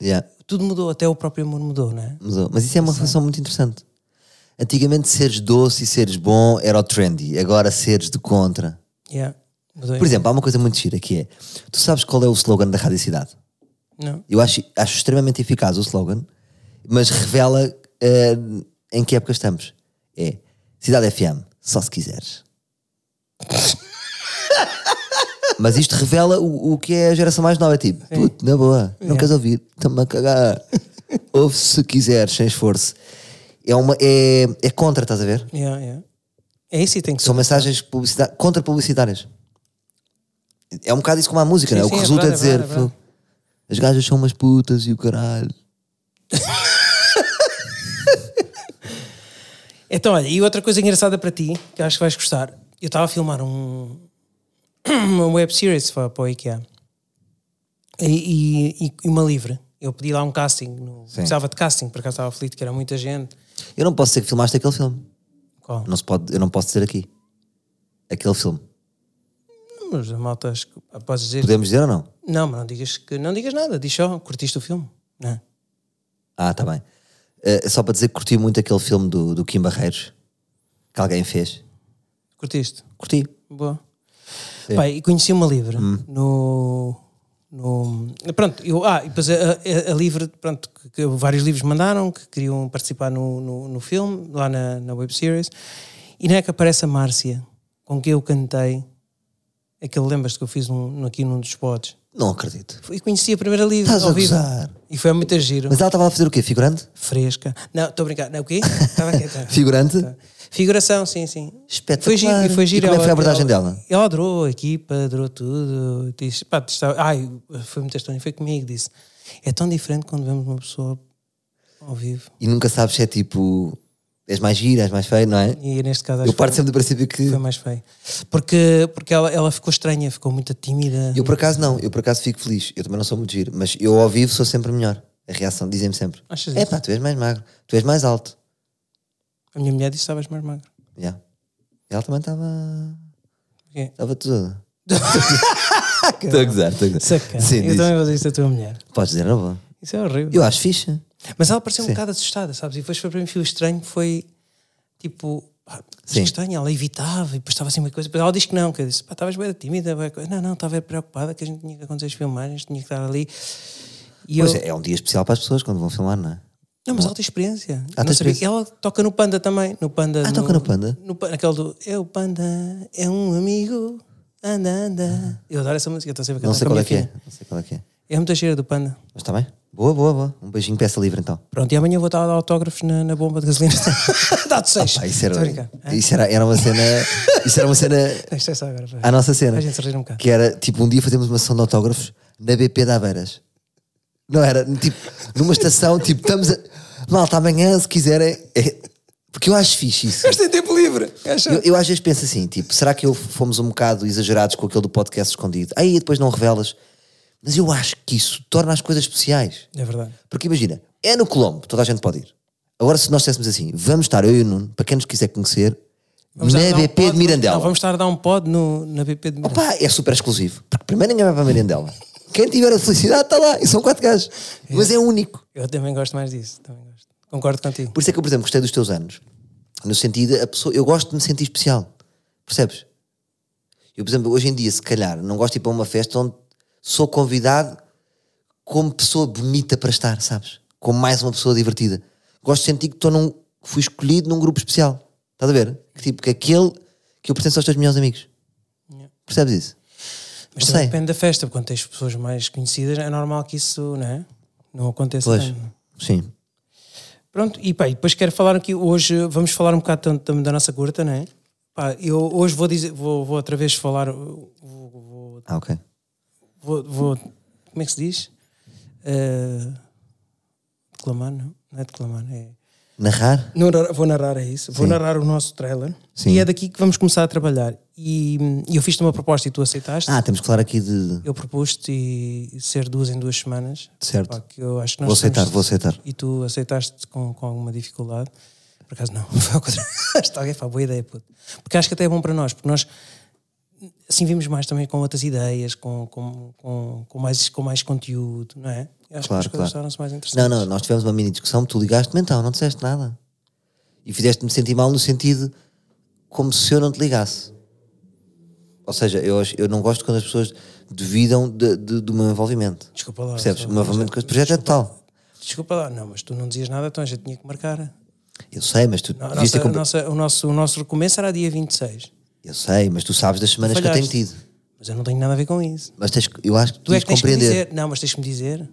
Yeah, tudo mudou, até o próprio amor mudou, né? mudou. Mas isso é uma relação muito interessante. Antigamente seres doce e seres bom era o trendy, agora seres de contra. Yeah. Mudou. Por exemplo, há uma coisa muito gira que é: tu sabes qual é o slogan da Radicidade? Não. Eu acho, acho extremamente eficaz o slogan, mas revela eh, em que época estamos. É Cidade FM, só se quiseres. [laughs] mas isto revela o, o que é a geração mais nova. é Tipo, puto, na boa, não queres ouvir, estamos [laughs] a cagar. Ouve se quiseres, sem esforço. É, uma, é, é contra, estás a ver? Yeah, yeah. É isso e tem que ser. São mensagens publicita- contra-publicitárias. É um bocado isso como a música, não é? Sim, O que sim, é resulta é, verdade, é dizer verdade, é verdade. "Pô, as gajas são umas putas e o caralho. Então, olha, e outra coisa engraçada para ti, que acho que vais gostar. Eu estava a filmar um, [clears throat] uma web series para, para o IKEA. E, e- e uma livre. Eu pedi lá um casting. No, precisava de casting, porque eu estava aflito, que era muita gente. Eu não posso dizer que filmaste aquele filme. Qual? Não se pode, eu não posso dizer aqui. Aquele filme. Mas a malta, acho que- ah, podes dizer... Podemos dizer ou não? Não, mas não digas, que, não digas nada. Diz só, curtiste o filme. Não. é? Ah, tá bem. Eh, só para dizer que curti muito aquele filme do, do Kim Barreiros que alguém fez. Curtiste? Curti. Boa. Pá, e conheci uma Livre Hum. no, no. Pronto, eu, ah, e depois a, a- a Livre, pronto, que, que vários livros mandaram que queriam participar no, no, no filme, lá na, na web series. E não é que aparece a Márcia, com quem eu cantei. Aquele lembras-te que eu fiz um, aqui num dos spots. Não acredito. E conheci a primeira Livre Estás ao a vivo. gozar. E foi muito giro. Mas ela estava a fazer o quê? Figurante? Fresca. Não, estou a brincar. [laughs] Não, o quê? Estava quieta. Figurante? Figuração, sim, sim. Espetacular. Foi giro, e foi giro. Então, E como é que foi a Ela- abordagem ela- dela? Ela adorou a equipa, adorou tudo. Disse, pá, está, ai, foi muito estranho. Foi comigo, disse. É tão diferente quando vemos uma pessoa ao vivo. E nunca sabes se é tipo. És mais gira, és mais feio, não é? E neste caso acho Eu que foi, parto sempre do princípio que. foi mais feio. Porque, porque ela, ela ficou estranha, ficou muito tímida. Eu por acaso não, eu por acaso fico feliz. Eu também não sou muito giro, mas eu ao vivo sou sempre melhor. A reação dizem-me sempre: Achas É pá, tu és mais magro, tu és mais alto. A minha mulher disse que estavas mais magro. Yeah. E ela também estava. Quê? [laughs] Estava toda. Estou a gozar, estou a gozar. Sacana. Sim, eu diz. também vou dizer isto à tua mulher. Podes dizer, não vou. Isso é horrível. Eu acho fixe. Mas ela pareceu um bocado assustada, sabes? E depois foi para mim, foi estranho, foi tipo, "Ah, pá, mas Sim. que estranho, ela evitava e depois estava assim uma coisa. Depois ela disse que não, que eu disse, pá, estavas bem tímida, bué coisa. não, não, estava preocupada que a gente tinha que acontecer as filmagens, tinha que estar ali. E Pois eu, é, é um dia especial para as pessoas quando vão filmar, não é? não, mas ela tem experiência. Ah, Eu não tem sabia. experiência. Ela toca no Panda também. No panda, Ah, toca no Panda? No, Pan- aquele do Eu Panda é um amigo, anda, anda. Eu adoro essa música, eu estou sempre a Ah. cantar Não sei com a minha qual é que é. filha. Não sei qual é que é. É muita cheira do Panda. Mas está bem? Boa, boa, boa. Um beijinho para essa livre então. Pronto, e amanhã vou estar a dar autógrafos na, na bomba de [laughs] gasolina. Dá de seis. Ah, Pá, isso era, Estou a brincar. é? isso era, era uma cena. Isso era uma cena. Isto é só agora. pá. A nossa cena. A gente se rir um bocado. Que era tipo um dia fazemos uma sessão de autógrafos na BP de Aveiras. Não era? Tipo, numa estação, tipo, estamos a. Malta, amanhã, se quiserem. é- Porque eu acho fixe isso. Mas tem tempo livre. É chato. Eu, eu às vezes penso assim, tipo, será que eu fomos um bocado exagerados com aquele do podcast escondido? Aí depois não revelas. Mas eu acho que isso torna as coisas especiais. É verdade. Porque imagina, é no Colombo, toda a gente pode ir. Agora, se nós dissessemos assim, vamos estar eu e o Nuno, para quem nos quiser conhecer, Vamos na estar a dar um BP pod de no- Mirandela. Não, vamos estar a dar um pod no, na BP de Mirandela. Pá, é super exclusivo. Porque primeiro ninguém vai para a Mirandela. Quem tiver a felicidade está lá, e são quatro gajos. Mas é único. Eu também gosto mais disso. Também gosto. Concordo contigo. Por isso é que eu, por exemplo, gostei dos teus anos. No sentido, a pessoa, eu gosto de me sentir especial. Percebes? Eu, por exemplo, hoje em dia, se calhar, não gosto de ir para uma festa onde sou convidado como pessoa bonita para estar, sabes? Como mais uma pessoa divertida. Gosto de sentir que estou num, que fui escolhido num grupo especial. Estás a ver? Que tipo, que aquele que eu pertenço aos teus melhores amigos. Percebes isso? Mas Não também sei. depende da festa, porque quando tens pessoas mais conhecidas, é normal que isso não, é? não aconteça. Pois. tanto. Sim. Pronto, e pá, e depois quero falar aqui hoje, vamos falar um bocado tanto também da nossa curta, não é? Pá, eu hoje vou dizer, vou, vou outra vez falar, vou, vou, Ah, ok. vou- vou- como é que se diz? Eh, declamar, não? Não é declamar, é. Narrar? Narrar- vou narrar é isso. Vou narrar o nosso trailer. Sim. E é daqui que vamos começar a trabalhar. E, hum, eu fiz-te uma proposta e tu aceitaste. Ah, temos que falar aqui de. Eu propus-te e ser duas em duas semanas. Certo. Pá, que eu acho que nós Vou aceitar, estamos- vou aceitar. E tu aceitaste com, com alguma dificuldade. Por acaso não. [laughs] Foi ao contrário. Está alguém, pá, boa ideia, puto. Porque acho que até é bom para nós, porque nós assim vimos mais também com outras ideias, com, com, com, com mais, com mais conteúdo, não é? Eu Acho Claro, que as coisas claro. tornam-se mais interessantes. Não, não, nós tivemos uma mini discussão, tu ligaste-me então, não disseste nada. E fizeste-me sentir mal no sentido como se eu não te ligasse. Ou seja, eu, acho- eu não gosto quando as pessoas duvidam de- de- do meu envolvimento. Desculpa lá. Percebes? só- O meu envolvimento com este projeto é total. Desculpa lá, não, mas tu não dizias nada, então a gente tinha que marcar. Eu sei, mas tu A nossa- devias ter a compre- nossa- o, nosso, o nosso recomeço era dia 26. Eu sei, mas tu sabes das semanas que eu tenho Falhaste. tido. Mas eu não tenho nada a ver com isso. Mas tens, que- eu acho que tu Tu é tens que de tens que me compreender. dizer. Não, mas tens que me dizer.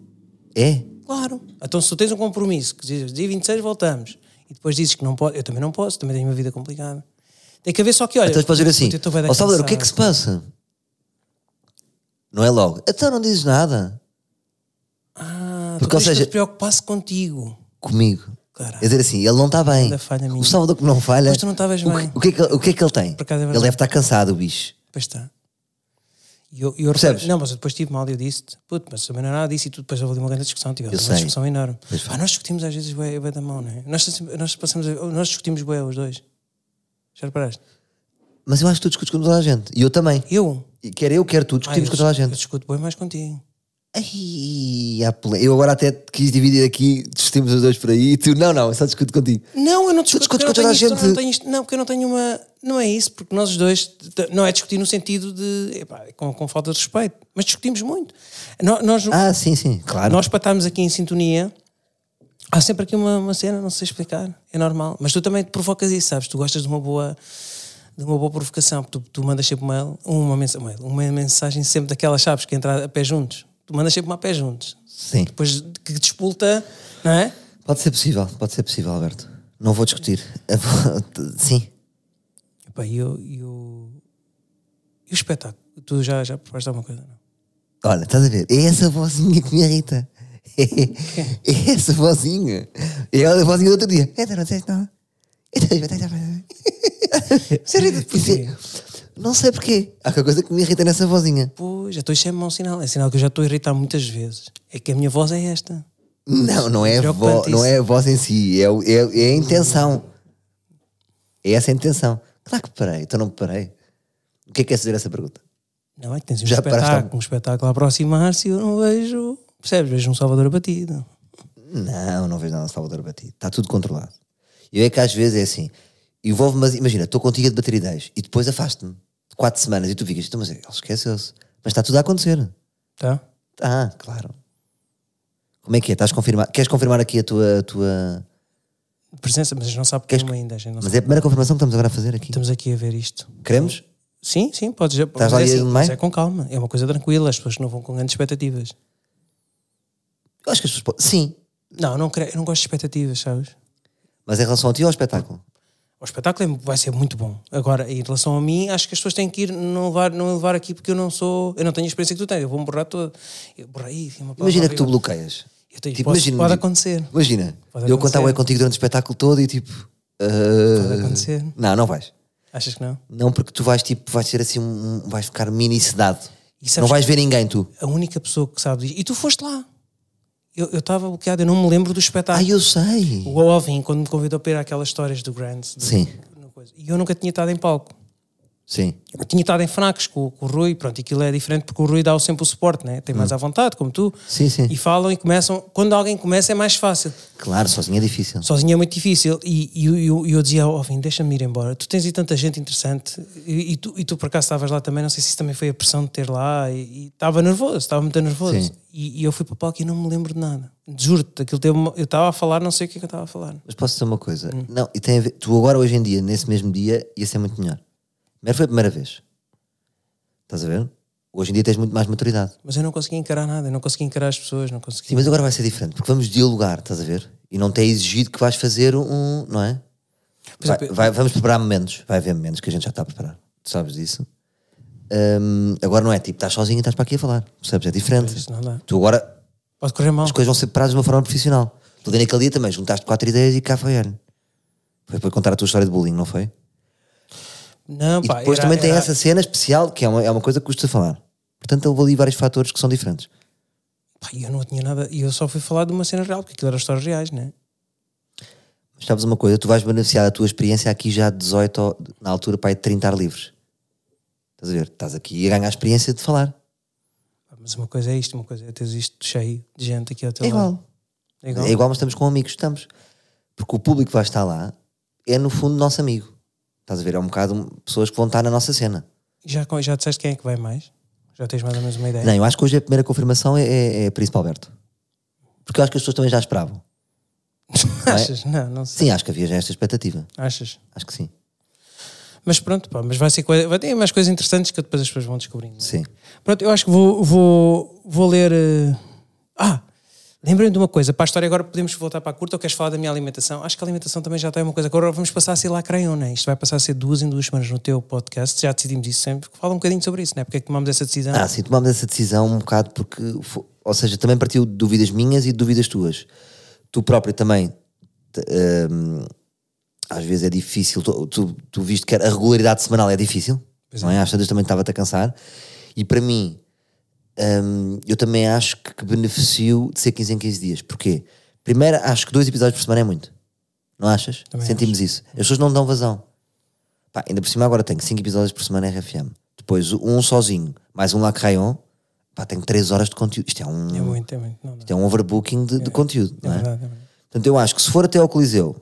É? Claro. Então, se tu tens um compromisso, que dizes dia 26 voltamos, e depois dizes que não pode, eu também não posso, também tenho uma vida complicada. Tem que haver só que, olha. Então depois dizer assim, puta, eu tô bué da ó Salvador, o que é que se cansado." passa? Não é logo. Então não dizes nada Ah, tu Porque, queres ou que eu seja- te preocupasse contigo. comigo. Caralho. É dizer assim, ele não está bem. Da falha minha. O Salvador que não falha. Mas tu não estavas o que- bem. O que, é que, ele- o que é que ele tem? acaso é ele verdade. deve estar cansado, o bicho. Pois está. E eu, eu Percebes? Não, mas eu depois tive mal e eu disse-te, puto, mas também não é nada disso. E tu depois houve ali uma grande discussão, tivemos uma sei. discussão enorme. Pois foi. Ah, nós discutimos às vezes bué, bué da mão, não é? Nós, nós, passamos, a- nós discutimos bué os dois. Já reparaste? Mas eu acho que tu discutes com toda a gente. E eu também. Eu? E quer eu, quer tu, Ah, discutimos eu, com toda a Eu gente. discuto bué mais contigo. Ai, há pole- eu agora até te quis dividir aqui, discutimos os dois por aí. E tu, não, não, eu só discuto contigo. Não, eu não discuto, porque discutes eu com toda não a tenho isto, gente. eu Não, tenho isto, não, porque eu não tenho uma. Não é isso, porque nós os dois. t- Não é discutir no sentido de. epá, com, com falta de respeito. Mas discutimos muito. No- Nós, Ah, sim, sim, claro. nós para estarmos aqui em sintonia, há sempre aqui uma, uma cena, não sei explicar, é normal. Mas tu também te provocas isso, sabes? Tu gostas de uma boa, de uma boa provocação, tu, tu mandas sempre um mail, uma, mensa- mail, uma mensagem sempre daquelas, sabes, que entra a pé juntos. Tu mandas sempre uma a pé juntos. Sim. Depois que despulta, não é? Pode ser possível, pode ser possível, Alberto. Não vou discutir. [laughs] sim. Epá, e o- e o, e o espetáculo? Tu já, já preparaste alguma coisa? Não? Olha, estás a ver? É essa vozinha que me irrita. É, [laughs] é essa vozinha. É a vozinha do outro dia. Então não disseste nada. Então, mas estás a fazer. é Você [laughs] irrita-te porquê? Então, Não sei porquê. Há qualquer coisa que me irrita nessa vozinha. Pois, já estou isso é mau sinal. É sinal que eu já estou a irritar muitas vezes. É que a minha voz é esta. Não, não é, a vo, Preocupante não isso. é a voz em si. É, o- é, é a intenção. É essa a intenção. Claro que parei. Então não parei. O que é que queres dizer a essa pergunta? Não é que tens um Já paraste espetáculo, um espetáculo a aproximar-se e eu não vejo. Percebes? Vejo um Salvador abatido. Não, não vejo nada de Salvador Batido. Está tudo controlado. Eu é que às vezes é assim. envolve-me, mas imagina, estou contigo a debater ideias e depois afasto-me de quatro semanas e tu ficas, "Então, mas ele esqueceu-se. Mas está tudo a acontecer. Tá? Ah, claro. Como é que é? Estás confirmado? Queres confirmar aqui a tua. a tua... Presença, mas a gente não sabe Queres- como ainda. A gente não Mas sabe. é a primeira confirmação que estamos agora a fazer aqui. Estamos aqui a ver isto. Queremos? Sim, sim, podes. já- Estás mas lá é dia de assim, maio? mas é com calma. É uma coisa tranquila. As pessoas não vão com grandes expectativas. Eu acho que as pessoas. po- Sim. Não, não cre- eu não gosto de expectativas, sabes? Mas em relação a ti ou ao espetáculo? O espetáculo é- vai ser muito bom. Agora, em relação a mim, acho que as pessoas têm que ir não levar, não levar aqui porque eu não sou, eu não tenho a experiência que tu tens. Eu vou me borrar toda. Eu borrei, enfim, uma palavra Imagina que tu horrível. bloqueias. Eu tenho- Tipo, posso- imagina, pode tipo, acontecer. Imagina. Pode eu contava acontecer. contigo durante o espetáculo todo e tipo. Pode ah, acontecer. Não, não vais. Achas que não? Não, porque tu vais tipo, vais ser assim, um- vais ficar mini sedado. E sabes Não vais ver ninguém tu. A única pessoa que sabe disso. E tu foste lá. Eu eu estava bloqueado, eu não me lembro do Ah, espetáculo. eu sei. O Alvin, quando me convidou para ir àquelas histórias do Grand. do- Sim, no coisa. E eu nunca tinha estado em palco. sim. Eu tinha estado em Fnacos com, com o Rui, pronto, aquilo é diferente porque o Rui dá sempre o suporte, né? tem mais à vontade, como tu. Hum. Sim, sim. E falam e começam. Quando alguém começa é mais fácil. Claro, sozinho é difícil. Sozinho é muito difícil. E, e eu- eu, eu dizia ao Alvin: deixa-me ir embora. Tu tens aí tanta gente interessante. E, e tu, e tu, por acaso, estavas lá também. Não sei se isso também foi a pressão de ter lá. E e estava nervoso, estava muito nervoso. Sim. E, e eu fui para o palco e não me lembro de nada. Juro-te, aquilo teve uma- eu estava a falar, não sei o que, é que eu estava a falar. Mas posso dizer uma coisa? Não, e tem a ver. Tu agora, hoje em dia, nesse mesmo dia, ia ser muito melhor. Primeiro foi a primeira vez. Estás a ver? Hoje em dia tens muito mais maturidade. Mas eu não conseguia encarar nada. Eu não conseguia encarar as pessoas. Não Sim, conseguia. mas agora vai ser diferente, porque vamos dialogar, estás a ver? E não te é exigido que vais fazer um. Não é? Por exemplo, Vai- vai- vamos preparar momentos. Vai haver momentos que a gente já está a preparar. Tu sabes disso. Hum, agora não é tipo, estás sozinho e estás para aqui a falar. Percebes? É diferente. Isto não dá. Tu agora Pode correr mal. as coisas vão ser preparadas de uma forma profissional. Tu ali naquele dia também juntaste quatro ideias e cá foi olha. Foi para contar a tua história de bullying, não foi? Não, E pá, depois era- também tem era- essa cena especial que é uma, é uma coisa que custa falar. Portanto, houve ali vários fatores que são diferentes. Pá, eu não tinha nada. E eu só fui falar de uma cena real, porque aquilo eram histórias reais, né? Mas sabes uma coisa, tu vais beneficiar da tua experiência aqui já de 18, ou- na altura, para aí de 30 ar livres. Estás a ver? Estás aqui a ganhar a experiência de falar. Mas uma coisa é isto, uma coisa é teres isto cheio de gente aqui ao teu É lado. igual. É igual. É igual, mas estamos com amigos, estamos. Porque o público que vai estar lá é, no fundo, nosso amigo. Estás a ver? É um bocado pessoas que vão estar na nossa cena. Já, con- já disseste quem é que vai mais? Já tens mais ou menos uma ideia? Não, eu acho que hoje a primeira confirmação é, é, é Príncipe Alberto. Porque eu acho que as pessoas também já esperavam. Achas? Não, não sei. Sim, acho que havia já esta expectativa. Achas? Acho que sim. Mas pronto, pá, mas vai ser coisa, vai ter mais coisas interessantes que depois as pessoas vão descobrindo. né? Sim. Pronto, eu acho que vou, vou, vou ler. eh, Ah! Lembrei-me de uma coisa, para a história agora podemos voltar para a curta ou queres falar da minha alimentação? Acho que a alimentação também já está uma coisa. Agora vamos passar a ser lacraião, não é? Isto vai passar a ser duas em duas semanas no teu podcast, já decidimos isso sempre. Fala um bocadinho sobre isso, não é? Porque é que tomamos essa decisão? Ah, sim, tomámos essa decisão um bocado porque, fo- ou seja, também partiu de dúvidas minhas e de dúvidas tuas. Tu próprio também, te- hum, às vezes é difícil, tu, tu, tu viste que a regularidade semanal é difícil, não é? Às tantas também estava-te a cansar. E para mim, hum, eu também acho que que beneficio de ser 15 em 15 dias. Porquê? Primeiro, acho que dois episódios por semana é muito. Não achas? Também Sentimos isso. As pessoas não dão vazão. Pá, ainda por cima agora tenho 5 episódios por semana RFM. Depois um sozinho, mais um Lacrayon. Pá, tenho 3 horas de conteúdo. Isto é um, É muito, é muito. Não, não. isto é um overbooking de, de conteúdo, É não é? verdade, é verdade. Portanto, eu acho que se for até ao Coliseu,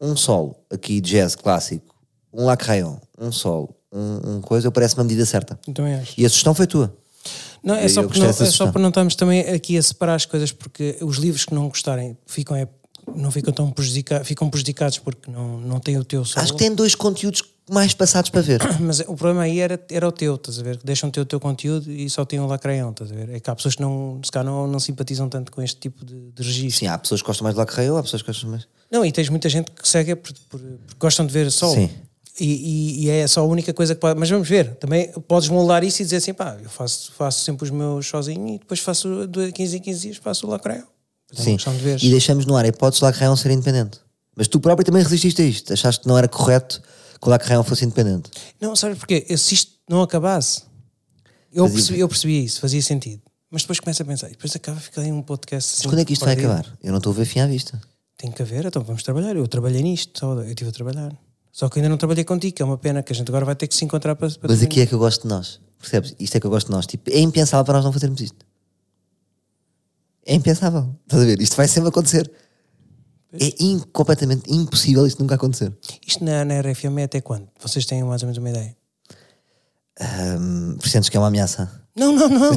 um solo aqui, jazz clássico, um Lacrayon, um solo, um, um coisa, eu parece uma medida certa. Eu também acho. E a sugestão foi tua. Não, é Eu só, porque gostei não, dessa é só sugestão. para não estarmos também aqui a separar as coisas, porque os livros que não gostarem ficam, é- não ficam tão prejudicados, ficam prejudicados porque não, não têm o teu solo. Acho que tem dois conteúdos mais passados para [coughs] ver. Mas o problema aí era, era o teu, estás a ver? Que deixam ter o teu conteúdo e só têm o lacraião, estás a ver? É que há pessoas que não, se calhar não, não simpatizam tanto com este tipo de, de registro. Sim, há pessoas que gostam mais de Lacrayon, há pessoas que gostam mais. Não, e tens muita gente que segue por, por- porque gostam de ver solo. Sim. E, e- e é só a única coisa que pode. Mas vamos ver, também podes moldar isso e dizer assim: pá, eu faço, faço sempre os meus sozinho e depois faço de 15 em 15 dias, faço o lacraio. Sim. Questão de ver. E deixamos no ar a hipótese do Lacrayon ser independente. Mas tu próprio também resististe a isto. Achaste que não era correto que o Lacrayon fosse independente. Não, sabes porquê? Eu, se isto não acabasse, eu Fazia- percebi, eu percebi isso, fazia sentido. Mas depois começa a pensar, e depois acaba, fica ali um podcast. Mas quando é que isto vai perdido. acabar? Eu não estou a ver fim à vista. Tem que haver, então vamos trabalhar. Eu trabalhei nisto, só eu estive a trabalhar. Só que ainda não trabalhei contigo, que é uma pena que a gente agora vai ter que se encontrar para. para Mas terminar. aqui é que eu gosto de nós. Percebes? Isto é que eu gosto de nós. Tipo, é impensável para nós não fazermos isto. É impensável. Estás a ver? Isto vai sempre acontecer. É in- completamente impossível isto nunca acontecer. Isto Isto na, na RFM é até quando? Vocês têm mais ou menos uma ideia? Ahm, sentes que é uma ameaça? Não, não, [laughs] não.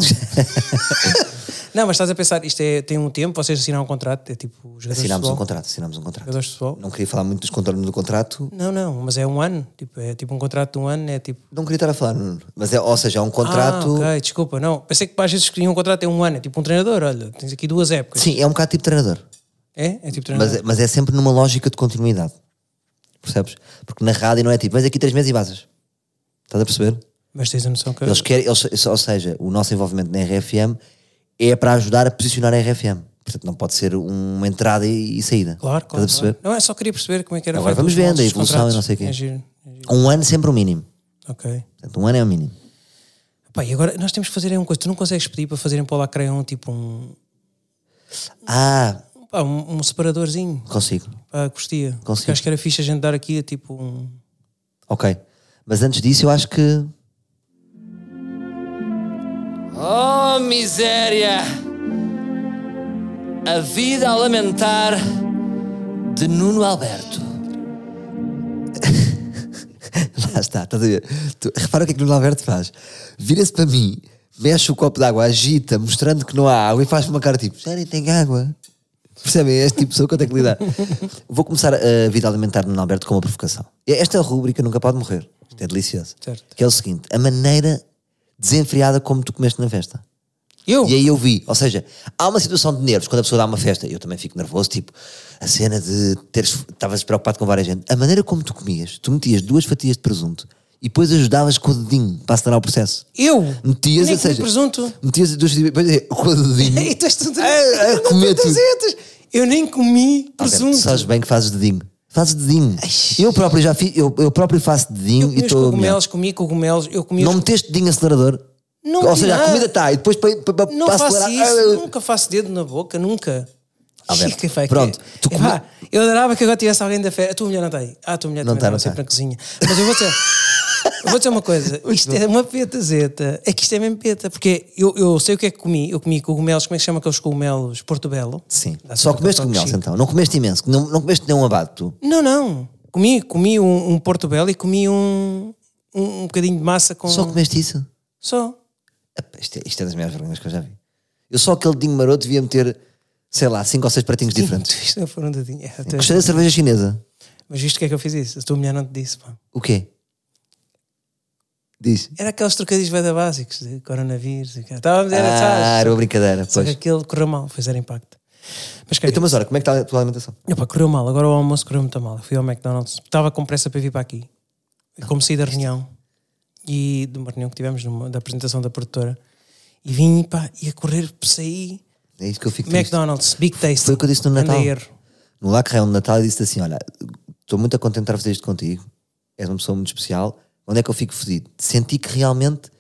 não, mas estás a pensar, isto é, tem um tempo, vocês assinaram um contrato, é tipo os jogadores Assinámos de um futebol. contrato, assinámos um contrato. jogadores de futebol. Não queria falar muito dos contornos do contrato, Não, não, mas é um ano, tipo, é tipo um contrato de um ano, é tipo. não queria estar a falar, Nuno. Mas é, ou seja, é um contrato. Ah, ok, desculpa, não. Pensei que às vezes escolhiam um contrato é um ano, é tipo um treinador, olha, tens aqui duas épocas. Sim, é um bocado tipo treinador. É? É tipo treinador. Mas, é- mas é sempre numa lógica de continuidade. Percebes? Porque na rádio não é tipo, vais aqui três meses e vazas. Estás a perceber? Mas tens a noção que. Eles querem, eles- ou seja, o nosso envolvimento na RFM é para ajudar a posicionar a RFM. Portanto, não pode ser um, uma entrada e, e saída. Claro, Estás claro. a perceber? claro. Não, é só queria perceber como é que era. Agora feito vamos os vendo a vossos evolução e contratos. não sei o quê. É giro, é giro. Um ano sempre o mínimo. Ok. Portanto, um ano é o mínimo. Pá, e agora nós temos que fazer aí uma coisa. Tu não consegues pedir para fazerem para o Lacreon tipo um, Ah, pá, um, um separadorzinho consigo. para a costia. Consigo. Porque Acho que era fixe a gente dar aqui tipo um. Ok. Mas antes disso, eu acho que. Oh, miséria! A vida a lamentar de Nuno Alberto. [laughs] Lá está, estás a ver? Tu- repara o que é que o Nuno Alberto faz. Vira-se para mim, mexe o copo de água, agita, mostrando que não há água e faz-me uma cara tipo: Sério, tem água? Percebem? É Este tipo de pessoa que eu tenho [laughs] que lidar. Vou começar a vida alimentar do Nuno Alberto com uma provocação. é Esta rúbrica nunca pode morrer. Isto é delicioso. Certo. Que é o seguinte: a maneira desenfreada como tu comeste na festa. Eu? E aí eu vi, ou seja, há uma situação de nervos quando a pessoa dá uma festa, eu também fico nervoso, tipo, a cena de teres, estavas preocupado com várias gente, a maneira como tu comias, tu metias duas fatias de presunto e depois ajudavas com o dedinho para acelerar o processo. Eu? Metias, Nem ou seja, comi presunto. metias duas fatias, depois, eh, com o [laughs] Ei, dedinho. tu és tudo- a Não, tu comer tudo. estás- Eu nem comi Alberto, presunto. tu Tá sabes bem que fazes dedinho. Fazes dedinho. Eu próprio já fiz, eu, eu próprio faço dedinho e comi os estou a mear. cogumelos, comi cogumelos, eu comi Não os... meteste dedinho acelerador? Não ou vi seja, a nada. comida está e depois para, para, Não para faço acelerar. isso, ah, nunca faço dedo na boca, nunca. Alberto, Chica, vai, pronto, que- tu come- Epá, Eu adorava que agora tivesse alguém da fé. A tua mulher não está aí. Ah, a tua mulher Não também estava tá, não sempre tá. na cozinha. Mas eu vou dizer, eu vou dizer uma [laughs] coisa. Isto é uma petazeta. É que isto é mesmo peta. Porque eu, eu sei o que é que comi. Eu comi cogumelos, como é que se chama aqueles cogumelos? Portobello. Sim. Dá Só sempre comeste aquele toque cogumelos chique. então. Não comeste imenso. Não, não comeste nenhum abado tu. Não, não. Comi, comi um, um portobello e comi um, um, um bocadinho de massa com... Só comeste isso. Só. Epá, Isto é, isto é das maiores vergonhas que eu já vi. Eu só aquele dinho maroto devia meter, sei lá, cinco ou seis pratinhos diferentes. Isto [laughs] não foi um dedinho. É, até- Gostei da cerveja chinesa. Mas viste o que é que eu fiz isso? A tua mulher não te disse, pá. O quê? Diz. Era aqueles trocadilhos bada básicos de coronavírus. e que- Estávamos a era, Ah, sabes? era uma brincadeira. Só que Pois. aquele correu mal, foi zero impacto. Mas cara, Então, mas ora, como é que está a tua alimentação? opa, correu mal, agora o almoço correu muito mal. Eu fui ao McDonald's, estava com pressa para vir para aqui. Eu Como saí da reunião e de uma reunião que tivemos numa- da apresentação da produtora e vim pá, e a correr, saí. É isso que eu fico triste. McDonald's, Big Taste. Foi o que eu disse no Grande Natal. erro. No Lá Carreão de Natal e disse assim: Olha, estou muito a contente de estar a fazer isto contigo, és uma pessoa muito especial. Onde é que eu fico fodido? Senti que realmente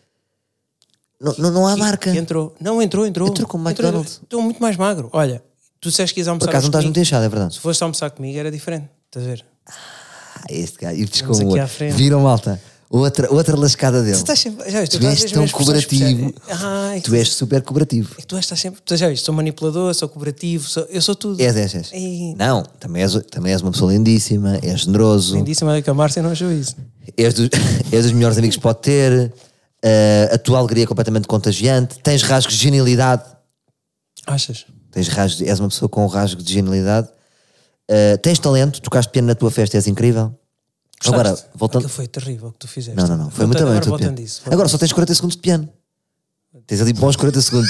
não, não, não há marca. E entrou, não entrou, entrou. Entrou com o McDonald's. Estou muito mais magro. Olha, tu disseste que ias almoçar Por acaso hoje não estás muito comigo. inchado, é verdade. Se fosse almoçar comigo era diferente, estás a ver? Ah, este gajo. E Estamos pescou aqui um à outro. frente. Viram, malta? Outra, outra lascada dele. Tu estás sempre. Já, viste, tu Então, Tu és estás tão mesmo a puxar- cobrativo. Ai, Tu és super cobrativo. é que tu és, estás sempre. Tu já viste, sou manipulador, sou cobrativo, sou- eu sou tudo. És, és, és. Ei. Não, também és, também és uma pessoa lindíssima, és generoso, Lindíssimo, olha que a Márcia não achou isso. és, do- és dos [laughs] melhores amigos que pode ter, eh, a tua alegria é completamente contagiante, tens rasgos de genialidade, Achas? tens rasgos, és uma pessoa com um rasgo de genialidade, Eh, tens talento, tocaste piano na tua festa, és incrível. Agora, Gostaste? voltando. Aquilo foi terrível o que tu fizeste. Não, não, não, Voltando- foi muito bem. o Agora teu voltando piano. disso. Agora só tens 40 segundos de piano. Tens ali bons 40 segundos.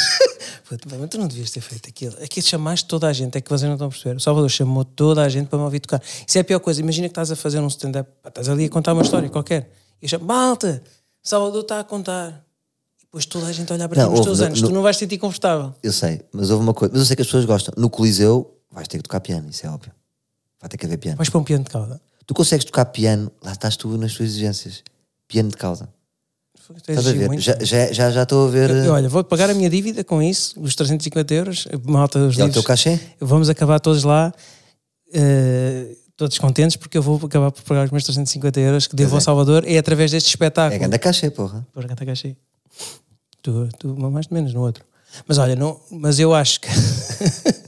Puta, bem, mas tu não devias ter feito aquilo. Aquilo chamaste toda a gente, é que vocês não estão a perceber. O Salvador chamou toda a gente para me ouvir tocar. Isso é a pior coisa. Imagina que estás a fazer um stand-up, pá, estás ali a contar uma história qualquer. E eu chamo, malta, Salvador está a contar. E depois toda a gente olha para ti Não, nos ouve, teus no- anos. no- Tu não vais te sentir confortável. Eu sei, mas houve uma coisa. Mas eu sei que as pessoas gostam. No Coliseu vais ter que tocar piano, isso é óbvio. Vai ter que haver piano. Vais para um piano de cauda. Tu consegues tocar piano, lá estás tu nas tuas exigências. Piano de cauda. Fogo, tu Estás a exigir ver? muito. Já já- já já estou a ver. Eu- eh, eu, olha, vou pagar a minha dívida com isso, os 350 euros, malta dos É o livros. teu cachê? Vamos acabar todos lá, eh, todos contentes, porque eu vou acabar por pagar os meus 350 euros que devo ao Salvador é através deste É espetáculo. grande cachê, porra. Por acaso, cachê. Tu, tu mais ou menos no outro. Mas olha, não, mas eu acho que. [laughs]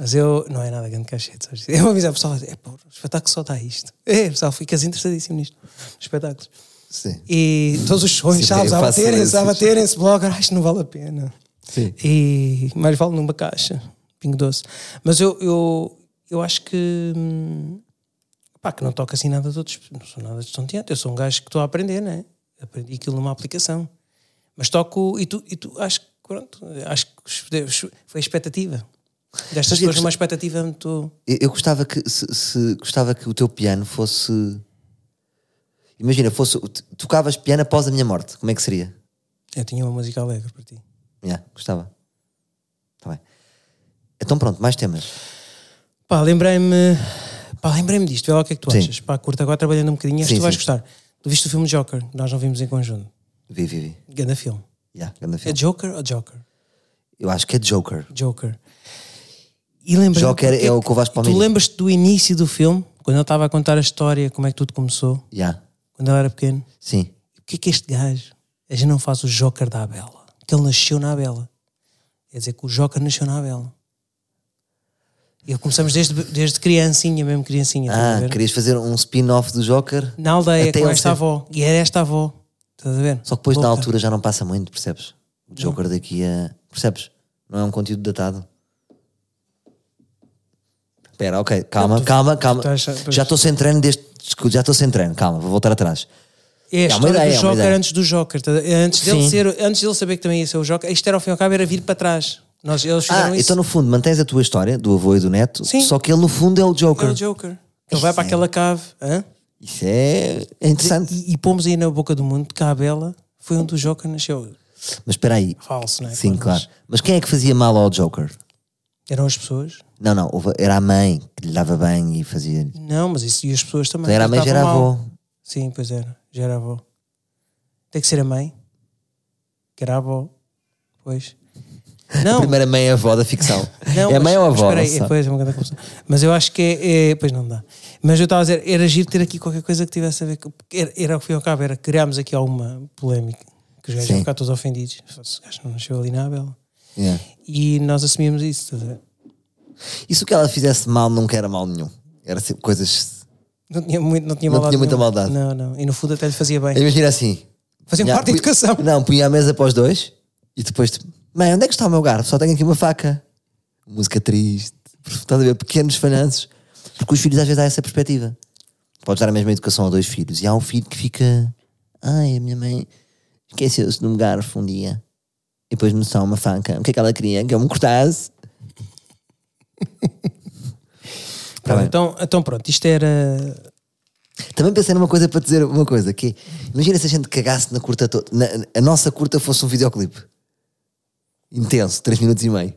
Mas eu. Não é nada grande cachete, sabes? Eu vou avisar o pessoal: é pô, o espetáculo só dá isto. É, o pessoal, ficas interessadíssimo nisto. Os espetáculos. Sim. E todos os sonhos, Sim, sabes? eu A faço baterem-se, a esses. baterem-se, blogger, acho que não vale a pena. Sim. E mais vale numa caixa, pingo doce. Mas eu, eu, eu acho que. hum, Pá, que não toco assim nada de outros. Não sou nada de estonteante. Eu sou um gajo que estou a aprender, né? Aprendi aquilo numa aplicação. Mas toco. E tu, e tu acho que. Pronto, acho que os- foi a expectativa. Destas Mas e pessoas, a uma expectativa muito. Eu, eu gostava que se, se- gostava que o teu piano fosse. Imagina, fosse t- tocavas piano após a minha morte, como é que seria? Eu tinha uma música alegre para ti. Yeah, gostava. Tá bem. Então pronto, mais temas. Pá, lembrei-me. Pá, lembrei-me disto, vê lá o que é que tu Sim. achas. Pá, curto agora trabalhando um bocadinho, acho que Sim, tu vais sim. gostar. Tu viste o filme Joker, que nós não vimos em conjunto. Vi, vi, vi. Ganda filme. Yeah, grande É filme. Joker ou Joker? Eu acho que é Joker. Joker. E lembra Joker é o que o Vasco Tu Palmeiras. lembras-te do início do filme, quando ele estava a contar a história, como é que tudo começou, Yeah, quando ele era pequeno? sim. O que é que este gajo, a gente não faz o Joker da Abela? Que ele nasceu na Abela. Quer dizer que o Joker nasceu na Abela. E eu começamos desde, desde criancinha, mesmo criancinha. estás a Ah, ver? querias fazer um spin-off do Joker? na aldeia Até com ele esta ser- avó. E era esta avó. Estás a ver? Só que depois na Louca. altura já não passa muito, percebes? O Joker daqui a. Percebes? Não é um conteúdo datado. Espera, ok, calma, calma, calma. tu achas- pois. já estou sem treino deste. desculpa, Já estou sem treino, calma, vou voltar atrás. É a É uma história ideia, é do uma Joker ideia. antes do Joker. tá- Antes dele, Sim. ser, antes dele saber que também ia ser o Joker, isto era ao fim e ao cabo, era vir para trás. Nós, eles Ah, fizeram isso. então no fundo mantens a tua história do avô e do neto, Sim. só que ele no fundo é o Joker. É o Joker. Ele vai para aquela cave. hã? Isso é é interessante. E, e pomos aí na boca do mundo que a Abela foi onde o Joker nasceu. Mas espera aí. Falso, não é? Sim, Mas claro. Mas quem é que fazia mal ao Joker? Eram as pessoas? Não, não, houve- era a mãe que lhe dava bem e fazia. Então Não, mas isso e as pessoas também. era a mãe, já era a Estavam mal. avó. Sim, pois era. Já era avó. Tem que ser a mãe. Que era a avó. Pois. Não, Primeira mãe é a avó da ficção. [laughs] Não, é a mãe mas- ou a mas avó? espera aí, não se sabe. pois, é uma grande confusão. Mas eu acho que é, é- Pois não dá. Mas eu estava a dizer, era giro ter aqui qualquer coisa que tivesse a ver com. porque Era, era o que foi ao cabo, era criámos aqui alguma polémica. Que os gajos Sim. iam ficar todos ofendidos. Fosse, O gajo não nasceu ali na Abela. Yeah. E nós assumimos isso, estás a ver? E se o que ela fizesse mal nunca era mal nenhum? Era sempre coisas. Não tinha, muito, não tinha Não maldade. tinha muita nenhuma. maldade. Não, não. E no fundo até lhe fazia bem. Imagina assim. Fazia punha- parte da pu- educação. Não, punha a mesa para os dois e depois. tipo, Mãe, onde é que está o meu garfo? Só tenho aqui uma faca. Música triste. Estás a ver? Pequenos falhanços. Porque os filhos às vezes há essa perspectiva. Podes dar a mesma educação a dois filhos e há um filho que fica. Ai, a minha mãe esqueceu-se de um garfo um dia e depois me só uma faca. O que é que ela queria? Que eu me cortasse. Tá Pronto, bem. então, então pronto, isto era. Também pensei numa coisa para dizer uma coisa: que é, imagina se a gente cagasse na curta toda, na- a nossa curta fosse um videoclipe intenso, 3 minutos e meio.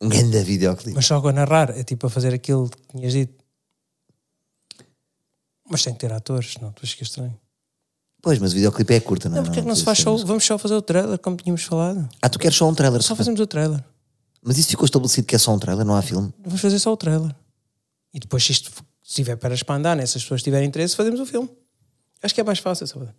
Um grande videoclipe. Mas só a narrar, é tipo a fazer aquilo que tinhas dito. Mas tem que ter atores, senão tu achas que é estranho. Pois, mas o videoclipe é curta, não é? Não, porque é que não se faz só. Vamos só fazer o trailer, como tínhamos falado. Ah, tu queres só um trailer? Só fazemos o trailer. Mas isso ficou estabelecido que é só um trailer, não há filme? Vamos fazer só o trailer. E depois, se isto se tiver para espandar, né? se as pessoas tiverem interesse, fazemos o filme. Acho que é mais fácil, sabe? Então,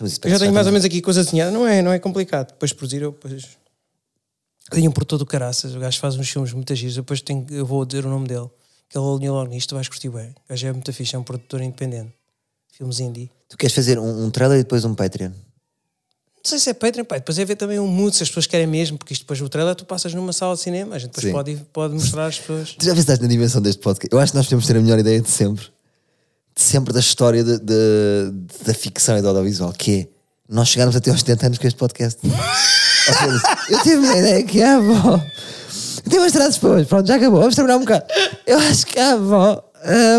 mas isso Eu já parece tenho mais ou tem- menos aqui coisa desenhada, não é, não é complicado. Depois produzir, eu depois. Eu tenho um produtor do caraças, o gajo faz uns filmes muito giros, eu depois tenho, eu vou dizer o nome dele, que ele alinhou logo nisto, tu vais curtir bem. O gajo é muito fixe, é um produtor independente. Filmes indie. Tu queres fazer um, um trailer e depois um Patreon? Não sei se é Patreon, pá. Depois é ver também o mood, se as pessoas querem mesmo, porque isto depois o trailer tu passas numa sala de cinema, a gente depois Sim. pode, ir- pode mostrar às pessoas. Tu já pensaste na dimensão deste podcast? Eu acho que nós podemos ter a melhor ideia de sempre. De sempre da história de- de- da ficção e do audiovisual, que é nós chegarmos até aos 70 anos com este podcast. Ou seja, eu tive uma ideia que é avó. Eu tenho umas frases boas, pronto, já acabou, vamos terminar um bocado. Eu acho que a avó.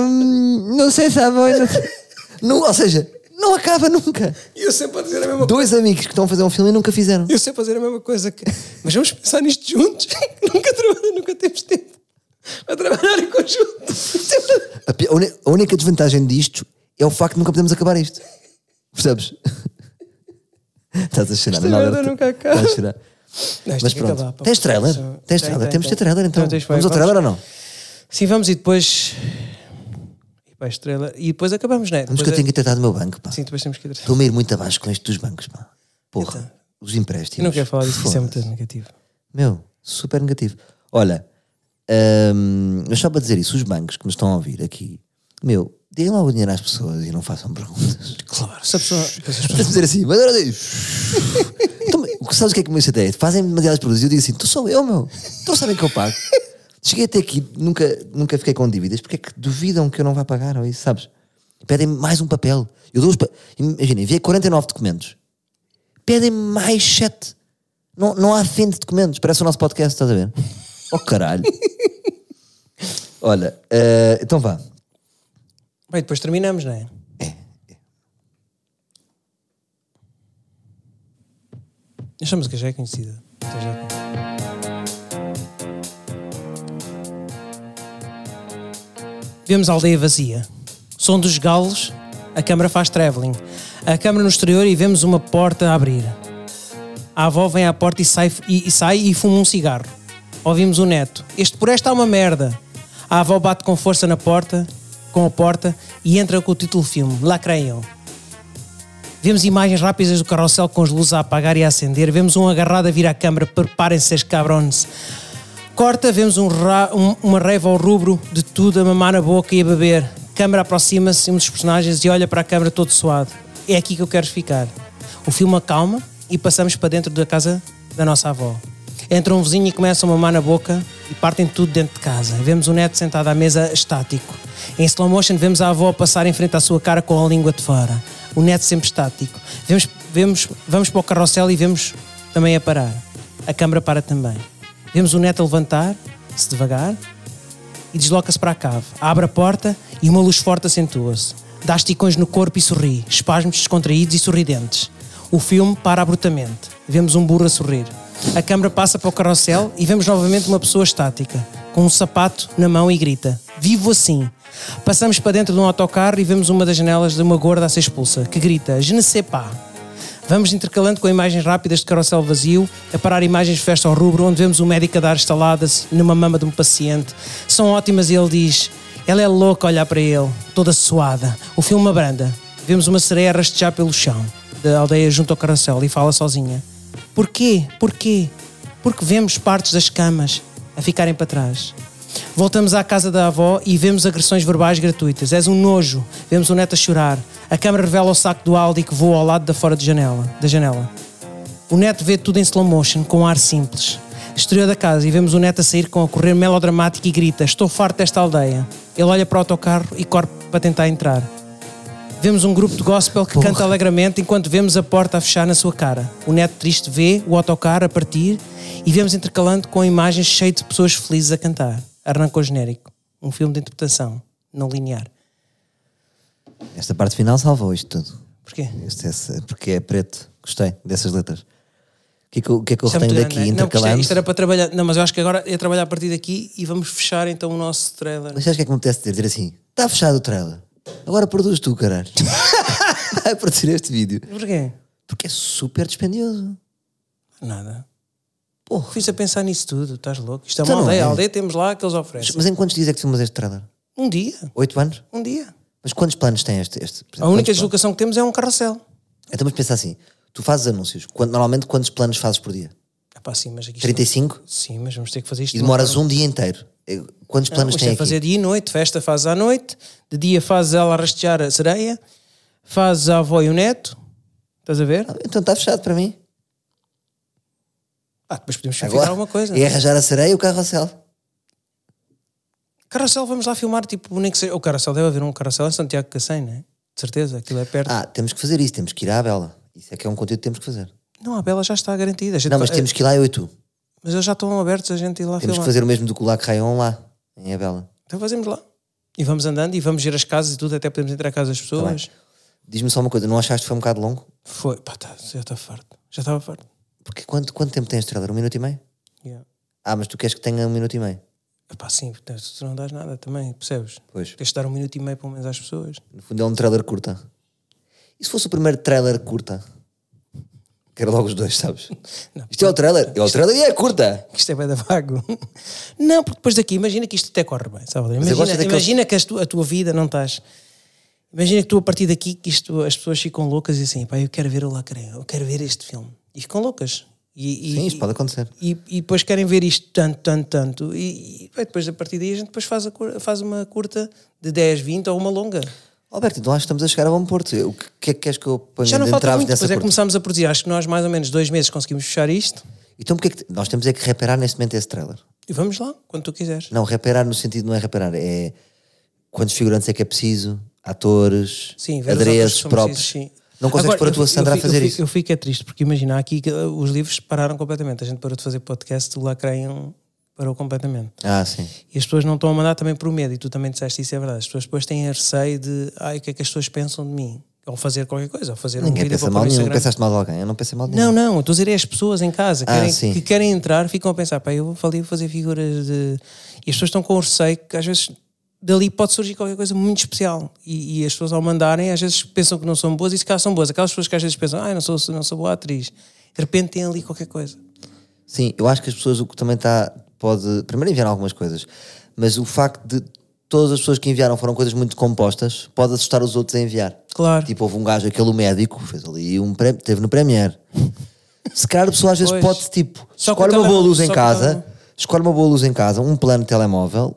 hum, não sei se a avó. ainda- Não, ou seja, não acaba nunca. [laughs] E eu sempre a dizer a mesma Dois amigos que estão a fazer um filme e nunca fizeram. Eu sei fazer a mesma coisa que. Mas vamos pensar nisto juntos. [laughs] nunca trabalha, nunca temos tempo a trabalhar em conjunto. A, pi- a uni- a única desvantagem disto é o facto de nunca podemos acabar isto. [laughs] Percebes? Estás a chorar, Esta não, merda Alberto? nunca acaba. Estás a chorar. Não, isto Mas tem que pronto, acabar, pá. tens trailer? Só- Tens Tem, trailer? um- tem, Temos tem. de ter trailer então. Não, tens- vai, vamos ao vamos. trailer ou não? Sim, vamos e depois. E para este trailer. E depois acabamos, não é? Vamos que eu tenho que ir tratar do meu banco, pá. Sim, depois temos que ir. Estou-me a ir muito abaixo com isto dos bancos, pá. Porra, os empréstimos. Eu não quero falar disso, isso é Foda-se. muito negativo. Meu, super negativo. Olha, Ahm, mas só para dizer isso, os bancos que nos estão a ouvir aqui, meu, deem logo o dinheiro às pessoas e não façam perguntas. [laughs] Claro, se a pessoa. Estás a dizer assim, mas agora diz. Então, o que- sabes o que é que me chateia? Fazem-me demasiadas perguntas e eu digo assim: tu sou eu, meu. Então sabem que eu pago. Cheguei até aqui, nunca, nunca fiquei com dívidas, porque é que duvidam que eu não vá pagar, ou isso, sabes? Pedem-me mais um papel. Eu dou os pa... Imagina, enviei 49 documentos. Pedem-me mais 7. Não, não há fim de documentos, parece o nosso podcast, estás a ver? Oh caralho. Olha, eh, então vá. Bem, depois terminamos, não é? Esta música já é conhecida. Esta já é conhecida. Vemos a aldeia vazia. Som dos galos, a câmara faz travelling. A câmara no exterior e vemos uma porta a abrir. A avó vem à porta e sai e, e sai e fuma um cigarro. Ouvimos o neto. Este por esta é uma merda. A avó bate com força na porta, com a porta, e entra com o título do filme, Lá Creiam. Vemos imagens rápidas do carrossel com as luzes a apagar e a acender. Vemos um agarrado a vir à câmara, preparem-se, seus cabrones. Corta, vemos um ra- um- uma raiva ao rubro de tudo a mamar na boca e a beber. Câmara aproxima-se um dos personagens e olha para a câmara todo suado. É aqui que eu quero ficar. O filme acalma e passamos para dentro da casa da nossa avó. Entra um vizinho e começa a mamar na boca e partem tudo dentro de casa. Vemos o neto sentado à mesa estático. Em slow motion vemos a avó passar em frente à sua cara com a língua de fora. O neto sempre estático. Vemos, vemos, vamos para o carrossel e vemos também a parar. A câmara para também. Vemos o neto a levantar-se devagar e desloca-se para a cave. Abre a porta e uma luz forte acentua-se. Dá esticões no corpo e sorri, espasmos descontraídos e sorridentes. O filme para abruptamente. Vemos um burro a sorrir. A câmera passa para o carrossel e vemos novamente uma pessoa estática, com um sapato na mão e grita: Vivo assim! Passamos para dentro de um autocarro e vemos uma das janelas de uma gorda a ser expulsa, que grita: Je ne sais pas! Vamos intercalando com imagens rápidas de carrossel vazio, a parar imagens de festa ao rubro, onde vemos o médico a dar estaladas numa mama de um paciente. São ótimas e ele diz: Ela é louca a olhar para ele, toda suada. O filme abranda. Vemos uma sereia a rastejar pelo chão, da aldeia junto ao carrossel, e fala sozinha: Porquê? Porquê? Porque vemos partes das camas a ficarem para trás. Voltamos à casa da avó e vemos agressões verbais gratuitas. És um nojo. Vemos o neto a chorar. A câmara revela o saco do Aldi que voa ao lado da fora de janela, da janela. O neto vê tudo em slow motion, com ar simples. Exterior da casa e vemos o neto a sair com a correr melodramático e grita: Estou farto desta aldeia. Ele olha para o autocarro e corre para tentar entrar. Vemos um grupo de gospel que canta alegremente enquanto vemos a porta a fechar na sua cara. O neto triste vê o autocarro a partir e vemos intercalando com imagens cheias de pessoas felizes a cantar. Arrancou genérico. Um filme de interpretação, não linear. Esta parte final salvou isto tudo. Porquê? Este é se- porque é preto. Gostei dessas letras. O que é que eu, o que é que eu Isto é muito retenho grande, daqui? não é? Não, porque isto, é- intercalando? isto era para trabalhar. Não, mas eu acho que agora é trabalhar a partir daqui e vamos fechar então o nosso trailer. Mas sabes o que é que me apetece dizer? Dizer assim: está fechado o trailer. Agora produz [laughs] tu, caralho. Vai produzir este vídeo. Porquê? Porque é super dispendioso. Nada. Porra. Fiz a pensar nisso tudo, estás louco? Isto é Então uma não aldeia. é. A aldeia temos lá que eles oferecem. Mas em quantos dias é que filmas este trailer? Um dia, Oito anos? um dia. Mas quantos planos tem este? este por exemplo, A única quantos planos? deslocação que temos é um carrossel. Então vamos pensar assim: tu fazes anúncios. Quando- normalmente quantos planos fazes por dia? É pá, sim, mas aqui isto- 35? Sim, mas vamos ter que fazer isto. E demoras um dia inteiro. Eh, Quantos planos Isto tem é aqui? fazer dia e noite, festa faz à noite, de dia faz ela a rastejar a sereia, faz a avó e o neto. Estás a ver? Então está fechado para mim. Ah, depois podemos Agora ficar alguma coisa. é arranjar a sereia e o carrossel. Carrossel, vamos lá filmar, tipo, nem que seja. O carrossel, deve haver um carrossel em Santiago de Cacém, não é? De certeza, aquilo é perto. Ah, temos que fazer isso, temos que ir à Bela. Isso é que é um conteúdo que temos que fazer. Não, a Bela já está garantida. A gente Não, mas vai- temos que ir lá eu e tu. mas eles já estão abertos a gente ir Então, lá Temos que filmar. fazer o mesmo do que o Lac Rayon lá, em Abela. Então fazemos lá. E vamos andando e vamos ver as casas e tudo, até podemos entrar à casa das Tá pessoas. Diz-me só uma coisa, não achaste que foi um bocado longo? Foi, pá, tá, já está farto. Já estava farto. Porque quanto, quanto tempo tem este trailer? Um minuto e meio? Yeah. Ah, mas tu queres que tenha um minuto e meio? Epá, sim, portanto, tu não dás nada também, percebes? Pois. Tens de dar um minuto e meio pelo menos às pessoas. [laughs] No fundo é um trailer curta. E se fosse o primeiro trailer curta? Quero logo os dois, sabes? [laughs] Não. Isto é o trailer, é o trailer e é curta. Que isto é bem da vago. Não, porque depois daqui, imagina que isto até corre bem, sabe? eu Imagina, gosto daqueles- imagina que as tu- a tua vida não estás. Imagina que tu a partir daqui que isto, as pessoas ficam loucas e assim, pá, eu quero ver o Lacre, eu quero ver este filme. E ficam loucas. E, e- Sim, isto pode acontecer. e, e depois querem ver isto tanto, tanto, tanto. E, e, bem, depois a partir daí a gente depois faz, a cur- faz uma curta de 10, 20 ou uma longa. Alberto, então acho que estamos a chegar a bom porto. O que- que é que queres que eu ponha Já não de falta entraves muito, depois nessa é que curta? começámos a produzir. Acho que nós mais ou menos dois meses conseguimos fechar isto. Então porque é que nós temos é que reparar neste momento esse trailer? E vamos lá, quando tu quiseres. Não, reparar no sentido não é reparar, é quantos figurantes é que é preciso, atores, Sim, ver os atores que adereços são próprios. precisos, sim. Não consegues Agora, pôr a tua eu fi- Sandra eu a fi- fazer eu fi- isso. Eu fiquei triste, porque imagina, aqui que, uh, os livros pararam completamente. A gente parou de fazer podcast, o Lacraem parou completamente. Ah, sim. E as pessoas não estão a mandar também por medo, e tu também disseste isso, é verdade. As pessoas depois têm receio de, ai, o que é que as pessoas pensam de mim? Ou fazer qualquer coisa, ou fazer um Ninguém vídeo pensa para mal pôr de no nenhum. Instagram. Pensaste mal de alguém? Eu não pensei mal de Não, ninguém. não, eu estou a dizer é as pessoas em casa Ah, querem- sim. que querem entrar, ficam a pensar, pá, eu falei fazer figuras de. E as pessoas estão com um receio que às vezes dali pode surgir qualquer coisa muito especial. E, e as pessoas ao mandarem às vezes pensam que não são boas e se calhar são boas. Aquelas pessoas que às vezes pensam, ah, eu não sou, não sou boa atriz. De repente tem ali qualquer coisa. Sim, eu acho que as pessoas o que também está pode primeiro enviaram algumas coisas, mas o facto de todas as pessoas que enviaram foram coisas muito compostas pode assustar os outros a enviar. Claro. Tipo, houve um gajo, aquele médico, fez ali um prémio, teve no Premier. Se calhar a pessoa às vezes Pois. pode, tipo, Só com escolhe o uma boa telefone- luz em só com o casa, telefone. escolhe uma boa luz em casa, um plano de telemóvel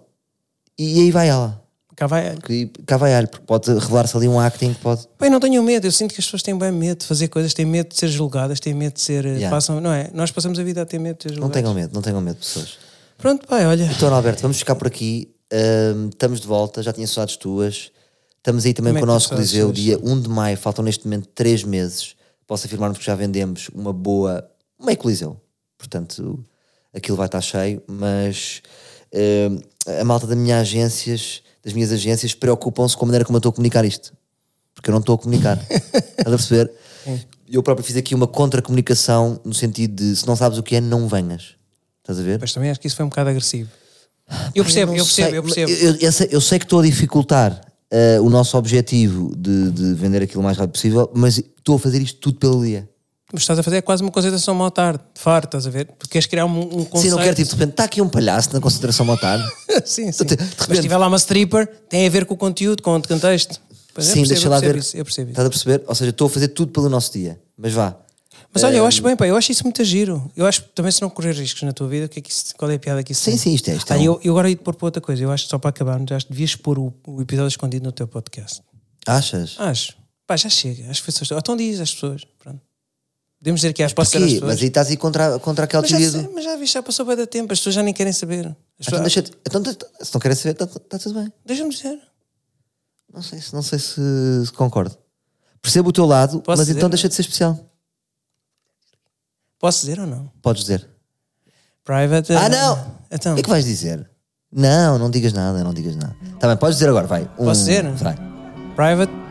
e aí vai ela. Cá vai. Que cá vai ela, porque pode revelar-se ali um acting que pode. Bem, não tenham medo, eu sinto que as pessoas têm bem medo de fazer coisas, têm medo de ser julgadas, têm medo de ser. eh, Yeah. Passam, não é? Nós passamos a vida a ter medo de ser Não julgadas. tenham medo, não tenham medo, pessoas. Pronto, pai, olha. Então, Alberto, vamos ficar por aqui. Ahm, estamos de volta, já tinha saudades tuas. Estamos aí também Também com o tinha nosso é saudades Coliseu, tuas. dia 1 de maio. Faltam neste momento 3 meses. Posso afirmarmos que já vendemos uma boa. meio Coliseu. Portanto, aquilo vai estar cheio, mas ahm, a malta da minha agências, das minhas agências preocupam-se com a maneira como eu estou a comunicar isto. Porque eu não estou [laughs] a comunicar. Estás a perceber? Eu próprio fiz aqui uma contra-comunicação no sentido de se não sabes o que é, não venhas. Estás a ver? Mas também acho que isso foi um bocado agressivo. Eu percebo, não eu percebo, sei, eu percebo. mas Eu, eu sei, eu sei que estou a dificultar eh, o nosso objetivo de, de vender aquilo o mais rápido possível, mas estou a fazer isto tudo pelo dia. Mas estás a fazer quase uma concentração mal tarde, de farto, estás a ver? Porque queres criar um, um conceito. Sim, não quero tipo de repente, está aqui um palhaço na [laughs] consideração motar. sim, sim. De repente- Mas se tiver lá uma stripper, tem a ver com o conteúdo, com o contexto. Pois é, Sim, percebo, deixa eu lá percebo ver. Isso, eu percebo isso. Estás a perceber? Ou seja, estou a fazer tudo pelo nosso dia. Mas vá. Mas olha, eu eh, acho bem, pá, eu acho isso muito giro. Eu acho que também se não correr riscos na tua vida, o que é que isso, qual é a piada que isso Sim, tem? sim, isto é. Isto é Ah, um- eu, eu agora ia-te pôr para outra coisa. Eu acho que só para acabarmos, acho que devias pôr o, o episódio escondido no teu podcast. Achas? Acho. Pá, já chega. Acho que foi só. Ou Então diz às pessoas. Pronto. Podemos dizer que é acho, pode ser às Porquê? pessoas. Mas aí estás aí contra, contra aquela Mas já, teoria do. sei, mas já viste, já passou bem da tempo, as pessoas já nem querem saber. As Então, pessoas- "Ah, deixa então, se não querem saber, está tudo bem. Deixa-me dizer. Não sei se, não sei se, se concordo. Percebo o teu lado, Posso mas dizer, então não é? deixa de ser especial. Posso dizer ou não? Podes dizer. Private. Ah, eh, não! Então, O que é que vais dizer? Não, não digas nada, não digas nada. Tá bem, podes dizer agora, vai. Um, Posso dizer? Vai. private